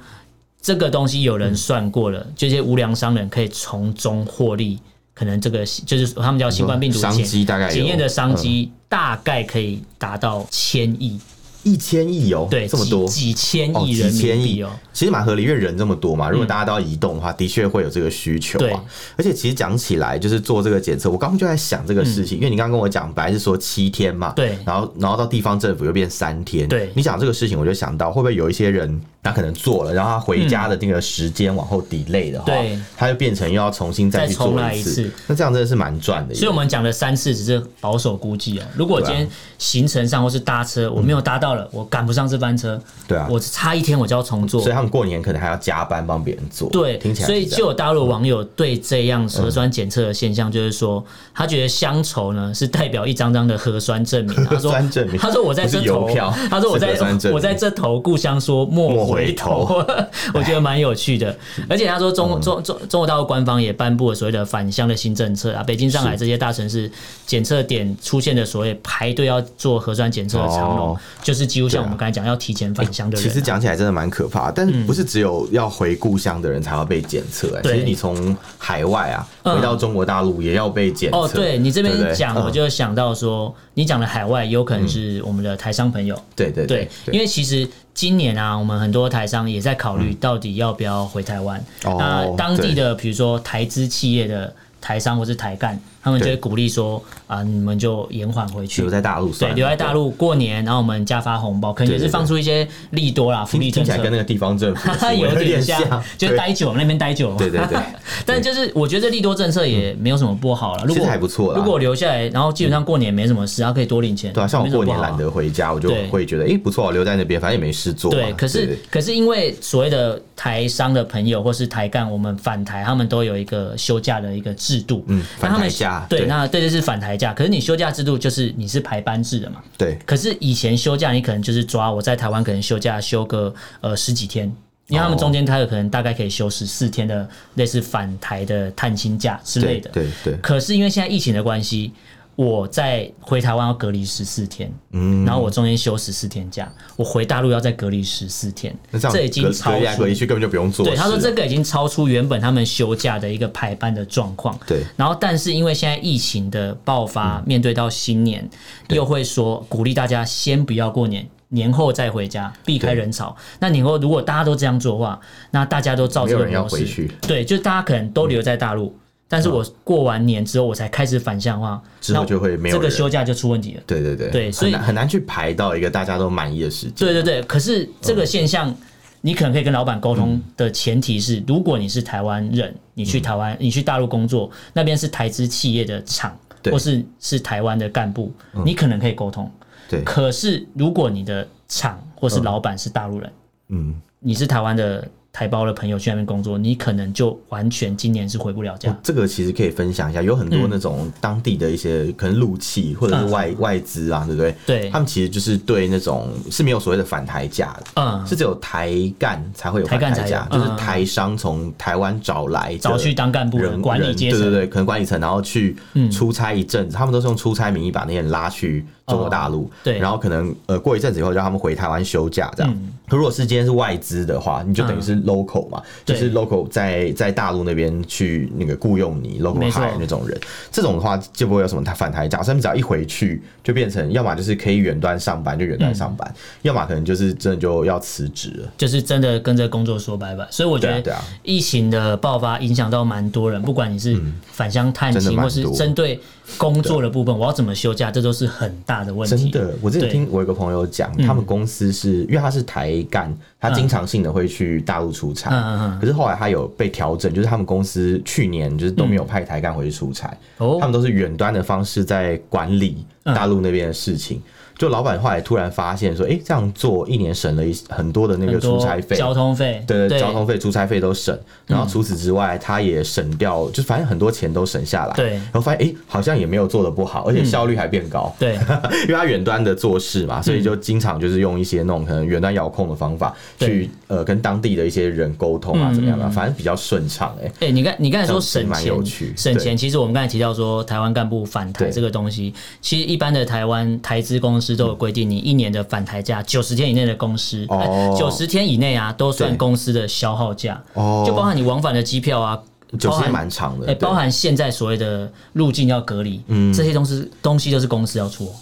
Speaker 2: 这个东西有人算过了，这些无良商人可以从中获利，可能这个就是他们叫新冠病毒
Speaker 1: 嗯商
Speaker 2: 检
Speaker 1: 机大概有
Speaker 2: 检验的商机大概可以达到千亿，
Speaker 1: 一千亿哦，
Speaker 2: 对，
Speaker 1: 这么多。
Speaker 2: 几几千
Speaker 1: 哦，
Speaker 2: 亿
Speaker 1: 几
Speaker 2: 人
Speaker 1: 千
Speaker 2: 民币
Speaker 1: 亿
Speaker 2: 哦。，嗯
Speaker 1: 其实蛮合理，因为人这么多嘛。如果大家都要移动的话，的确会有这个需求
Speaker 2: 对
Speaker 1: 啊。而且其实讲起来，就是做这个检测，我刚刚就在想这个事情，因为你刚刚跟我讲，本来是说七天嘛，
Speaker 2: 嗯对
Speaker 1: 然后然后到地方政府又变三天，
Speaker 2: 对
Speaker 1: 你讲这个事情，我就想到会不会有一些人，他可能做了，然后他回家的那个时间往后 delay 的话，
Speaker 2: 对
Speaker 1: 他就变成又要重新再
Speaker 2: 再
Speaker 1: 去做
Speaker 2: 重来一
Speaker 1: 次
Speaker 2: 次，
Speaker 1: 那这样真的是蛮赚的耶。
Speaker 2: 所以我们讲的三次只是保守估计哦。
Speaker 1: 啊
Speaker 2: 如果我今天行程上或是搭车我没有搭到了，我赶不上这班车，
Speaker 1: 对啊
Speaker 2: 我差一天我就要重做
Speaker 1: 所以。他们过年可能还要加班帮别人做，
Speaker 2: 对
Speaker 1: 听，起来
Speaker 2: 所以
Speaker 1: 是这
Speaker 2: 就
Speaker 1: 样
Speaker 2: 有大陆网友对这样核酸检测的现象，就是说他觉得乡愁呢是代表一张张的核酸 证明。他说
Speaker 1: 核酸证明
Speaker 2: 他说我在这
Speaker 1: 不是邮
Speaker 2: 头
Speaker 1: 票，
Speaker 2: 他说我在
Speaker 1: 是核酸证明
Speaker 2: 我在这头故乡说莫
Speaker 1: 莫回哎
Speaker 2: 回头， 我觉得蛮有趣的。而且他说
Speaker 1: 嗯
Speaker 2: 中中中中国大陆官方也颁布了所谓的返乡的新政策啊，北京、上海这些大城市检测点出现的所谓排队要做核酸检测的长龙
Speaker 1: 哦，
Speaker 2: 就是几乎
Speaker 1: 对啊
Speaker 2: 像
Speaker 1: 哎
Speaker 2: 我们刚才讲要提前返乡的人
Speaker 1: 其
Speaker 2: 啊。
Speaker 1: 实讲起来真的蛮可怕，但是不是只有要回故乡的人才要被检测、欸？
Speaker 2: 对
Speaker 1: 其实你从海外啊
Speaker 2: 嗯
Speaker 1: 回到中国大陆也要被检测。
Speaker 2: 哦，对你这边
Speaker 1: 对不
Speaker 2: 一
Speaker 1: 对
Speaker 2: 讲，
Speaker 1: 嗯
Speaker 2: 我就想到说，你讲的海外有可能是我们的台商朋友，
Speaker 1: 对对
Speaker 2: 对
Speaker 1: 对，，
Speaker 2: 因为其实今年啊，我们很多台商也在考虑到底要不要回台湾。
Speaker 1: 嗯哦
Speaker 2: 那当地
Speaker 1: 对
Speaker 2: 的比如说台资企业的台商或是台干，他们就会
Speaker 1: 对
Speaker 2: 鼓励说啊，你们就延缓回去
Speaker 1: 留。在大陆算
Speaker 2: 对，
Speaker 1: 了
Speaker 2: 留在大。陆过年，然后我们加发红包，可能
Speaker 1: 对
Speaker 2: 也是
Speaker 1: 对对
Speaker 2: 放出一些利多啦，福
Speaker 1: 听
Speaker 2: 利
Speaker 1: 听
Speaker 2: 政
Speaker 1: 起
Speaker 2: 策
Speaker 1: 来。跟那个地方政府的行为
Speaker 2: 有
Speaker 1: 点
Speaker 2: 点像，就是
Speaker 1: 对
Speaker 2: 待久那边待久嘛。
Speaker 1: 对对对
Speaker 2: 但就是我觉得利多政策也没有什么不好了，如
Speaker 1: 其
Speaker 2: 果
Speaker 1: 实还不错啦
Speaker 2: 如果我留下来，然后基本上过年也没什么事，然后可以多领钱。
Speaker 1: 对啊，像我
Speaker 2: 没什么
Speaker 1: 过
Speaker 2: 不
Speaker 1: 年
Speaker 2: 好啊
Speaker 1: 懒得回家，我就
Speaker 2: 对
Speaker 1: 会觉得，哎、不错，我留在那边，反正也没事做嘛。
Speaker 2: 对，可是
Speaker 1: 对
Speaker 2: 可是因为所谓的台商的朋友或是台干，我们返台，他们都有一个休假的一个制度。
Speaker 1: 嗯
Speaker 2: 那他
Speaker 1: 返
Speaker 2: 们
Speaker 1: 台假
Speaker 2: 对，
Speaker 1: 对
Speaker 2: 那对对是返台假。可是你休假制度就是你是排班制的嘛？
Speaker 1: 对
Speaker 2: 可是以前休假，你可能就是抓我在台湾可能休假休个呃十几天，因为他们中间他有可能大概可以休十四天的类似返台的探亲假之类
Speaker 1: 对
Speaker 2: 的。
Speaker 1: 对对，
Speaker 2: 可是因为现在疫情的关系，我在回台湾要隔离十四天，嗯，然后我中间休十四天假，我回大陆要再隔离十四天，
Speaker 1: 那这样
Speaker 2: 已经
Speaker 1: 隔
Speaker 2: 超
Speaker 1: 隔离来
Speaker 2: 出
Speaker 1: 隔离去根本就不用做事啊
Speaker 2: 对，
Speaker 1: 了。
Speaker 2: 他说这个已经超出原本他们休假的一个排班的状况。
Speaker 1: 对
Speaker 2: 然后但是因为现在疫情的爆
Speaker 1: 嗯
Speaker 2: 发，面对到新年，又会说鼓励大家先不要过年。年后再回家，避开
Speaker 1: 对
Speaker 2: 人潮。那年后如果大家都这样做的话，那大家都照
Speaker 1: 没
Speaker 2: 这
Speaker 1: 有
Speaker 2: 个
Speaker 1: 人要
Speaker 2: 模式，
Speaker 1: 回去嗯
Speaker 2: 对，就大家可能都留在大陆，但是我过完年之后我才开始返乡的话，
Speaker 1: 之后
Speaker 2: 那
Speaker 1: 就会没有
Speaker 2: 这个
Speaker 1: 人
Speaker 2: 休假就出问题了。
Speaker 1: 对对对
Speaker 2: 对所以
Speaker 1: 很难很难去排到一个大家都满意的时间。
Speaker 2: 对对对，可是这
Speaker 1: 嗯
Speaker 2: 个现象，你可能可以跟老板沟通的前提是，如果你是台湾人，你
Speaker 1: 嗯
Speaker 2: 去台湾，你去大陆工作，那边是台资企业的厂，
Speaker 1: 对嗯
Speaker 2: 或是是台湾的干部，你可能可以沟通。
Speaker 1: 对
Speaker 2: 可是如果你的厂或是老板是大陆人，
Speaker 1: 嗯，
Speaker 2: 你是台湾的台胞的朋友去那边工作，你可能就完全今年是回不了家。
Speaker 1: 这个其实可以分享一下，有很
Speaker 2: 嗯
Speaker 1: 多那种当地的一些可能陆企或者是外、外资啊，对不对？
Speaker 2: 对
Speaker 1: 他们其实就是对那种是没有所谓的返台假的。
Speaker 2: 嗯，
Speaker 1: 是只有台干才会有返
Speaker 2: 台干
Speaker 1: 台
Speaker 2: 才
Speaker 1: 假，
Speaker 2: 有
Speaker 1: 就是
Speaker 2: 嗯
Speaker 1: 台商从台湾找来的
Speaker 2: 找去当干部的
Speaker 1: 人
Speaker 2: 管理
Speaker 1: 人
Speaker 2: 阶
Speaker 1: 对
Speaker 2: 层嗯
Speaker 1: 对对，可能管理层，然后去出差一阵子，他们都是用出差名义把那些人拉去中国大陆、
Speaker 2: 哦对嗯
Speaker 1: 然后可能呃过一阵子以后让他们回台湾休假这样。如果是今天是外资的话，你就等于是 local 嘛，就
Speaker 2: 对
Speaker 1: 是 local 在在大陆那边去那个雇佣你 local
Speaker 2: 没错
Speaker 1: hire 那种人，这种的话就不会有什么反台价，所以他们只要一回去就变成要么就是可以远端上班就远端上
Speaker 2: 嗯
Speaker 1: 班，要么可能就是真的就要辞职了。
Speaker 2: 就是真的跟这工作说拜拜。所以我觉
Speaker 1: 对
Speaker 2: 得
Speaker 1: 啊对啊嗯
Speaker 2: 疫情的爆发影响到蛮多人，不管你是返乡探
Speaker 1: 真的
Speaker 2: 亲，
Speaker 1: 蛮
Speaker 2: 或是
Speaker 1: 多
Speaker 2: 针对工作的部分，我要怎么休假，这都是很大的问
Speaker 1: 真
Speaker 2: 题。
Speaker 1: 的，我之前
Speaker 2: 对嗯
Speaker 1: 听我有个朋友讲，他们公司是因为他是台干，他经常性的会去大陆出差，
Speaker 2: 嗯嗯嗯
Speaker 1: 可是后来他有被调整，就是他们公司去年就是都没有派台干回去出差，
Speaker 2: 哦嗯
Speaker 1: 他们都是远端的方式在管理大陆那边的事情。就老板后来突然发现说，哎、这样做一年省了一很多的那个
Speaker 2: 很
Speaker 1: 出
Speaker 2: 多
Speaker 1: 差费，
Speaker 2: 交嗯通费，
Speaker 1: 对交通费、出差费都省，然后除此之外，他也省掉，就反正很多钱都省下来。
Speaker 2: 对嗯
Speaker 1: 然后发现哎、诶好像也没有做的不好，而且效率还变高。
Speaker 2: 对
Speaker 1: 因为他远端的做事嘛，
Speaker 2: 嗯
Speaker 1: 所以就经常就是用一些那种可能远端遥控的方法
Speaker 2: 对嗯
Speaker 1: 去呃跟当地的一些人沟通啊，怎么样啊，反正比较顺畅哎。
Speaker 2: 哎、你刚你刚才说
Speaker 1: 这
Speaker 2: 省
Speaker 1: 样子蛮有趣
Speaker 2: 钱，省
Speaker 1: 对
Speaker 2: 钱，其实我们刚才提到说台湾干部返台
Speaker 1: 对
Speaker 2: 这个东西，其实一般的台湾台资公司都有规定，你一年的返台假九十天以内的公司，哎
Speaker 1: 哦
Speaker 2: 九十、天以内啊都算
Speaker 1: 对
Speaker 2: 公司的消耗价，
Speaker 1: 哦
Speaker 2: 就包含你往返的机票啊，
Speaker 1: 九
Speaker 2: 包
Speaker 1: 十
Speaker 2: 含
Speaker 1: 天蛮长的，
Speaker 2: 哎、
Speaker 1: 对嗯
Speaker 2: 包含现在所谓的入境要隔离，这些东西东西都是公司要出哦，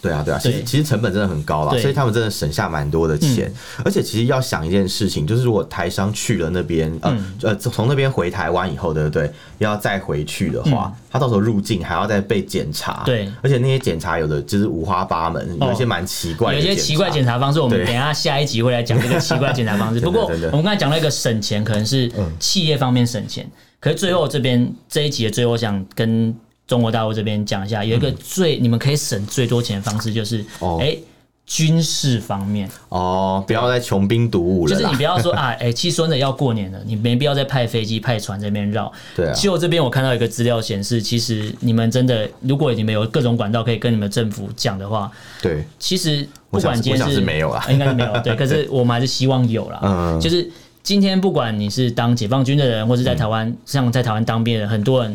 Speaker 1: 对啊，对啊，其实
Speaker 2: 对
Speaker 1: 其实成本真的很高啦，
Speaker 2: 对嗯
Speaker 1: 所以他们真的省下蛮多的钱。而且其实要想一件事情，就是如果台商去了那边，呃、
Speaker 2: 嗯
Speaker 1: 呃，从那边回台湾以后，对不对？要再回去的话，他到时候入境还要再被检查，
Speaker 2: 嗯对
Speaker 1: 而且那些检查有的就是五花八门，
Speaker 2: 哦
Speaker 1: 有一些蛮奇怪
Speaker 2: 有
Speaker 1: 的，
Speaker 2: 一些奇怪检
Speaker 1: 查。
Speaker 2: 查方式，我们
Speaker 1: 对
Speaker 2: 等一下下一集会来讲这个奇怪检查 方式。不过我
Speaker 1: 真的
Speaker 2: 们刚才讲到一个省钱，可能是
Speaker 1: 嗯
Speaker 2: 企业方面省钱，可是最后这边这一集的最后想跟中国大陆这边讲一下，有一个最你们可以省最多钱的方式，就是
Speaker 1: 哦
Speaker 2: 哎。军事方面，
Speaker 1: 哦，不要再穷兵黩武
Speaker 2: 就
Speaker 1: 了
Speaker 2: 是你
Speaker 1: 啦。
Speaker 2: 不要说啊，哎、其实说真的要过年了，你没必要再派飞机、派船在那边绕。
Speaker 1: 对啊
Speaker 2: 就这边我看到一个资料显示，其实你们真的，如果你们有各种管道可以跟你们政府讲的话，
Speaker 1: 对，
Speaker 2: 其实
Speaker 1: 我
Speaker 2: 不
Speaker 1: 想
Speaker 2: 管
Speaker 1: 是
Speaker 2: 今
Speaker 1: 我
Speaker 2: 天
Speaker 1: 想是没有啦
Speaker 2: 应该是没有 对。可是我们还是希望有啦。
Speaker 1: 嗯
Speaker 2: 就是今天不管你是当解放军的人，或是在台湾、像在台湾当兵的人，很多人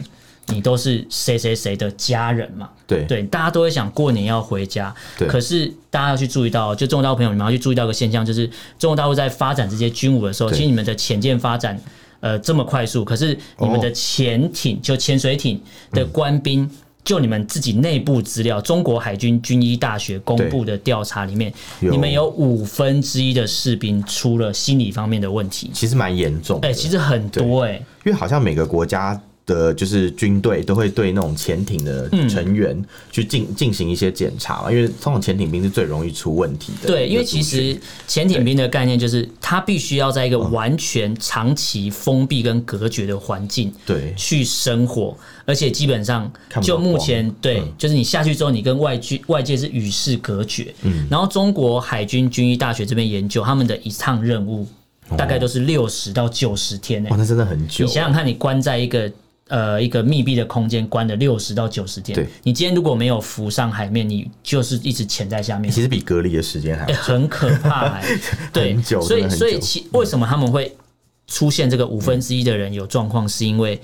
Speaker 2: 你都是谁谁谁的家人嘛。
Speaker 1: 对
Speaker 2: 对，大家都会想过年要回家，
Speaker 1: 对
Speaker 2: 可是大家要去注意到，就中国大陆朋友，你们要去注意到一个现象，就是中国大陆在发展这些军武的时候，
Speaker 1: 对
Speaker 2: 其实你们的潜舰发展。呃，这么快速，可是你们的
Speaker 1: 哦嗯
Speaker 2: 潜艇、就潜水艇的官兵，就你们自己内部资料，中国海军军医大学公布的调查里面，
Speaker 1: 有
Speaker 2: 你们有五分之一的士兵出了心理方面的问题。
Speaker 1: 其实蛮严重的。
Speaker 2: 哎、其实很多哎、
Speaker 1: 因为好像每个国家的，就是军队都会对那种潜艇的成
Speaker 2: 嗯
Speaker 1: 员去进进行一些检查嘛，因为通常潜艇兵是最容易出问题的。
Speaker 2: 对，因为其实潜艇兵的概念就是，它必须要在
Speaker 1: 嗯
Speaker 2: 一个完全长期封闭跟隔绝的环境
Speaker 1: 对
Speaker 2: 去生活，而且基本上
Speaker 1: 看不到
Speaker 2: 就目前对
Speaker 1: 嗯，
Speaker 2: 就是你下去之后，你跟外界外界是与世隔绝。
Speaker 1: 嗯
Speaker 2: 然后中国海军军医大学这边研究他们的一趟任务，大概都是六十到九十天呢、
Speaker 1: 哦哇，那真的很久
Speaker 2: 你。想想看，你关在一个呃一个密闭的空间，关了六十到九十天
Speaker 1: 对，
Speaker 2: 你今天如果没有浮上海面，你就是一直潜在下面
Speaker 1: 其。实比隔离的时间还
Speaker 2: 欸、很可 怕、欸，对，
Speaker 1: 很久嗯
Speaker 2: 所
Speaker 1: 真的
Speaker 2: 以
Speaker 1: 很
Speaker 2: 所以
Speaker 1: 久
Speaker 2: 其为什么他们会出现这个五分之一的人有状况，是因为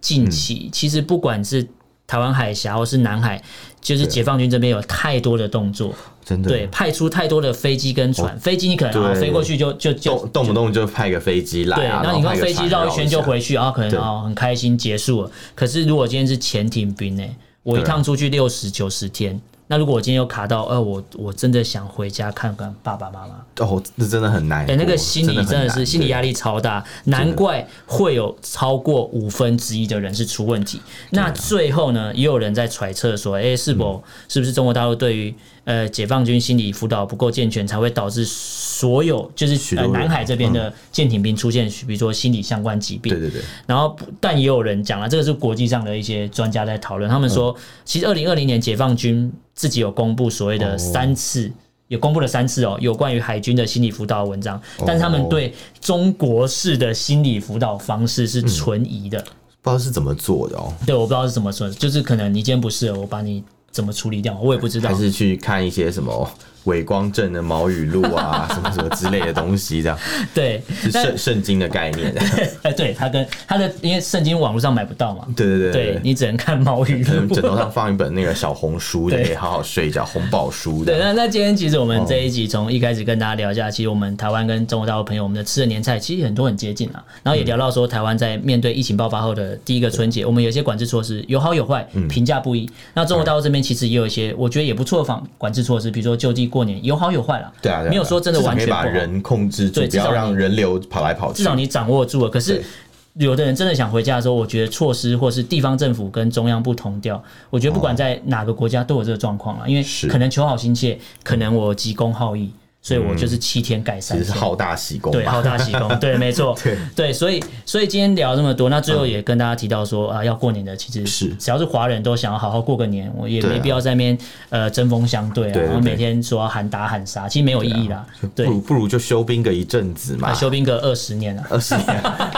Speaker 2: 近期、
Speaker 1: 嗯
Speaker 2: 其实不管是台湾海峡或是南海，就是解放军这边有太多的动作，
Speaker 1: 真的
Speaker 2: 对，派出太多的飞机跟船，飞机你可能、啊、
Speaker 1: 哦对
Speaker 2: 飞过去就就就
Speaker 1: 动动不动就派个飞机来
Speaker 2: 对，
Speaker 1: 啊，
Speaker 2: 然后你
Speaker 1: 派
Speaker 2: 用
Speaker 1: 个
Speaker 2: 飞机
Speaker 1: 船
Speaker 2: 绕一
Speaker 1: 下
Speaker 2: 圈就回去，然后可
Speaker 1: 对
Speaker 2: 能哦很开心结束了。可是如果今天是潜艇兵呢、我一
Speaker 1: 对
Speaker 2: 趟出去六十九十天，那如果我今天又卡到，呃，我我真的想回家看看爸爸妈妈，
Speaker 1: 哦，那真的很难
Speaker 2: 哎、
Speaker 1: 过。
Speaker 2: 那个心理
Speaker 1: 很
Speaker 2: 真的
Speaker 1: 难
Speaker 2: 是心理
Speaker 1: 对
Speaker 2: 压力超大，难怪会有超过五分之一的人是出问题。
Speaker 1: 啊
Speaker 2: 那最后呢，也有人在揣测说，哎、是否、
Speaker 1: 嗯
Speaker 2: 是不是中国大陆对于呃解放军心理辅导不够健全，才会导致所有就是
Speaker 1: 许
Speaker 2: 呃
Speaker 1: 多人嗯
Speaker 2: 南海这边的舰艇兵出现，比如说心理相关疾病。
Speaker 1: 对对对，
Speaker 2: 然后不，但也有人讲了，这个是国际上的一些专家在讨论，他们说，
Speaker 1: 嗯
Speaker 2: 其实二零二零年解放军自己有公布所谓的
Speaker 1: 哦
Speaker 2: 三次。有公布了三次哦，有关于海军的心理辅导文章，
Speaker 1: 哦
Speaker 2: 但是他们对中国式的心理辅导方式是存疑的。
Speaker 1: 不知道是怎么做的哦，
Speaker 2: 对，我不知道是怎么说的，就是可能你今天不适合，我把你怎么处理掉，我也不知道
Speaker 1: 还。是去看一些什么伪光正的毛语录啊， 什么什么之类的东西，这样
Speaker 2: 对，
Speaker 1: 是
Speaker 2: 但
Speaker 1: 圣圣经的概念。
Speaker 2: 哎，对他跟他的，因为圣经网络上买不到嘛，
Speaker 1: 对对对
Speaker 2: 对你只能看毛语
Speaker 1: 可能
Speaker 2: 录
Speaker 1: 枕。头上放一本那个小红书，就
Speaker 2: 对
Speaker 1: 可以好好睡一觉，红宝书
Speaker 2: 对，
Speaker 1: 的。
Speaker 2: 那那今天其实我
Speaker 1: 哦
Speaker 2: 们这一集从一开始跟大家聊一下，其实我们台湾跟中国大陆朋友，我们的吃的年菜其实很多很接近啊。然后
Speaker 1: 嗯
Speaker 2: 也聊到说，台湾在面对疫情爆发后的第一个春节，我们有一些管制措施有好有坏，
Speaker 1: 嗯
Speaker 2: 评价不一。那中国大陆这边其实也有一些我觉得也不错的防管制措施，比如说就地过年，有好有坏啦。
Speaker 1: 对啊，对啊
Speaker 2: 没有说真的
Speaker 1: 至少
Speaker 2: 完
Speaker 1: 可以
Speaker 2: 全不好
Speaker 1: 把。人控制住，
Speaker 2: 对
Speaker 1: 不
Speaker 2: 至
Speaker 1: 要
Speaker 2: 少
Speaker 1: 让
Speaker 2: 你
Speaker 1: 人流跑来跑去。
Speaker 2: 至少你掌握住了。可是
Speaker 1: 对
Speaker 2: 有的人真的想回家的时候，我觉得措施或是地方政府跟中央不同调，我觉得不管在哪个国家都有这个状况啊，因为
Speaker 1: 哦是
Speaker 2: 可能求好心切，可能我急公好义，所以我就是七天改
Speaker 1: 嗯其
Speaker 2: 三
Speaker 1: 实是
Speaker 2: 天。
Speaker 1: 好大喜功
Speaker 2: 对，啊
Speaker 1: 吧。
Speaker 2: 好 大喜功，对，没错，
Speaker 1: 对嗯
Speaker 2: 所以，所以今天聊这么多，那最后也跟大家提到说啊，要过年的，其实
Speaker 1: 是
Speaker 2: 只要是华人都想要好好过个年，我也
Speaker 1: 对啊
Speaker 2: 没必要在那边呃针锋相对啊，
Speaker 1: 对对
Speaker 2: 然后每
Speaker 1: 对
Speaker 2: 天说要喊打喊杀，其实没有意义啦，
Speaker 1: 不
Speaker 2: 对，
Speaker 1: 如不如就休兵个一阵子嘛
Speaker 2: 啊，，休兵个二十年啊，
Speaker 1: 二十 年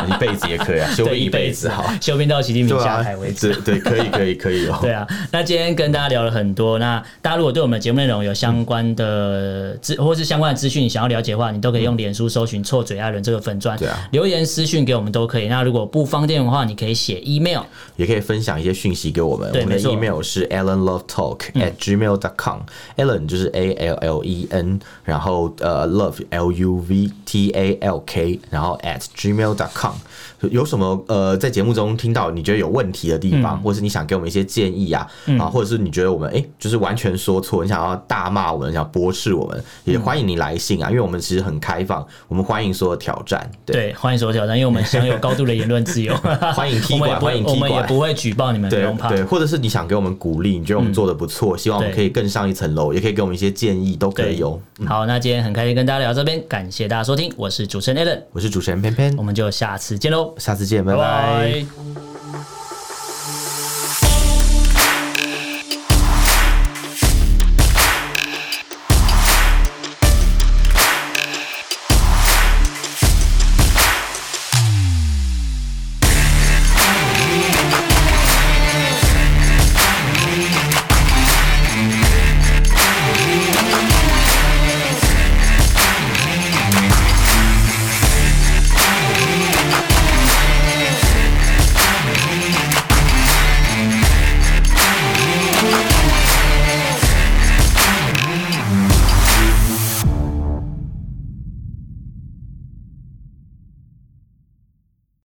Speaker 1: 一辈子也可以啊，休
Speaker 2: 对，
Speaker 1: 兵
Speaker 2: 一
Speaker 1: 一
Speaker 2: 辈
Speaker 1: 辈
Speaker 2: 子
Speaker 1: 子 好。
Speaker 2: 修兵到习近平
Speaker 1: 对
Speaker 2: 下
Speaker 1: 啊
Speaker 2: 台为，止。
Speaker 1: 对对，可以可以可以哦。
Speaker 2: 对啊，那今天跟大家聊了很多。那大家如果对我们的节目内容有相关的资，或是相关的资讯想要了解的话，你都可以用脸书搜寻“臭嘴艾伦”这个粉砖
Speaker 1: 对啊，
Speaker 2: 留言私讯给我们都可以。那如果不方便的话，你可以写 email。
Speaker 1: 也可以分享一些讯息给我们。
Speaker 2: 对
Speaker 1: 我们
Speaker 2: 没
Speaker 1: 的
Speaker 2: 错嗯
Speaker 1: email 是 allenlovetalk at gmail dot com、Allen 就是 A L L E N，然后呃 love L U V T A L K，然后 at gmail dot com。有什么呃在节目中听到你觉得有问题的地
Speaker 2: 嗯
Speaker 1: 方，或是你想给我们一些建议啊，啊，或者是你觉得我们哎、诶就是完全说错，你想要大骂我们，想驳斥我们，也
Speaker 2: 嗯
Speaker 1: 欢迎你来信啊，因为我们其实很开放，我们欢迎所有挑战。对。
Speaker 2: 对，欢迎所有挑战，因为我们享有高度的言论自由。
Speaker 1: 欢迎踢
Speaker 2: 我
Speaker 1: 馆
Speaker 2: 们也不
Speaker 1: 欢
Speaker 2: 会
Speaker 1: 迎踢
Speaker 2: 我们也
Speaker 1: 馆
Speaker 2: 不会举报你们，不
Speaker 1: 对
Speaker 2: 用怕。
Speaker 1: 对，或者是你想给我们鼓励，你觉得我们做的不错，希望我们
Speaker 2: 对
Speaker 1: 可以更上一层楼，也可以给我们一些建议，都可以哦。
Speaker 2: 好，那今天很开心跟大家聊到这边，感谢大家收听，我是主持人 Allen，
Speaker 1: 我是主持人偏偏
Speaker 2: 我，们就下次见喽，
Speaker 1: 下次见，拜
Speaker 2: 拜
Speaker 1: 拜。
Speaker 2: 拜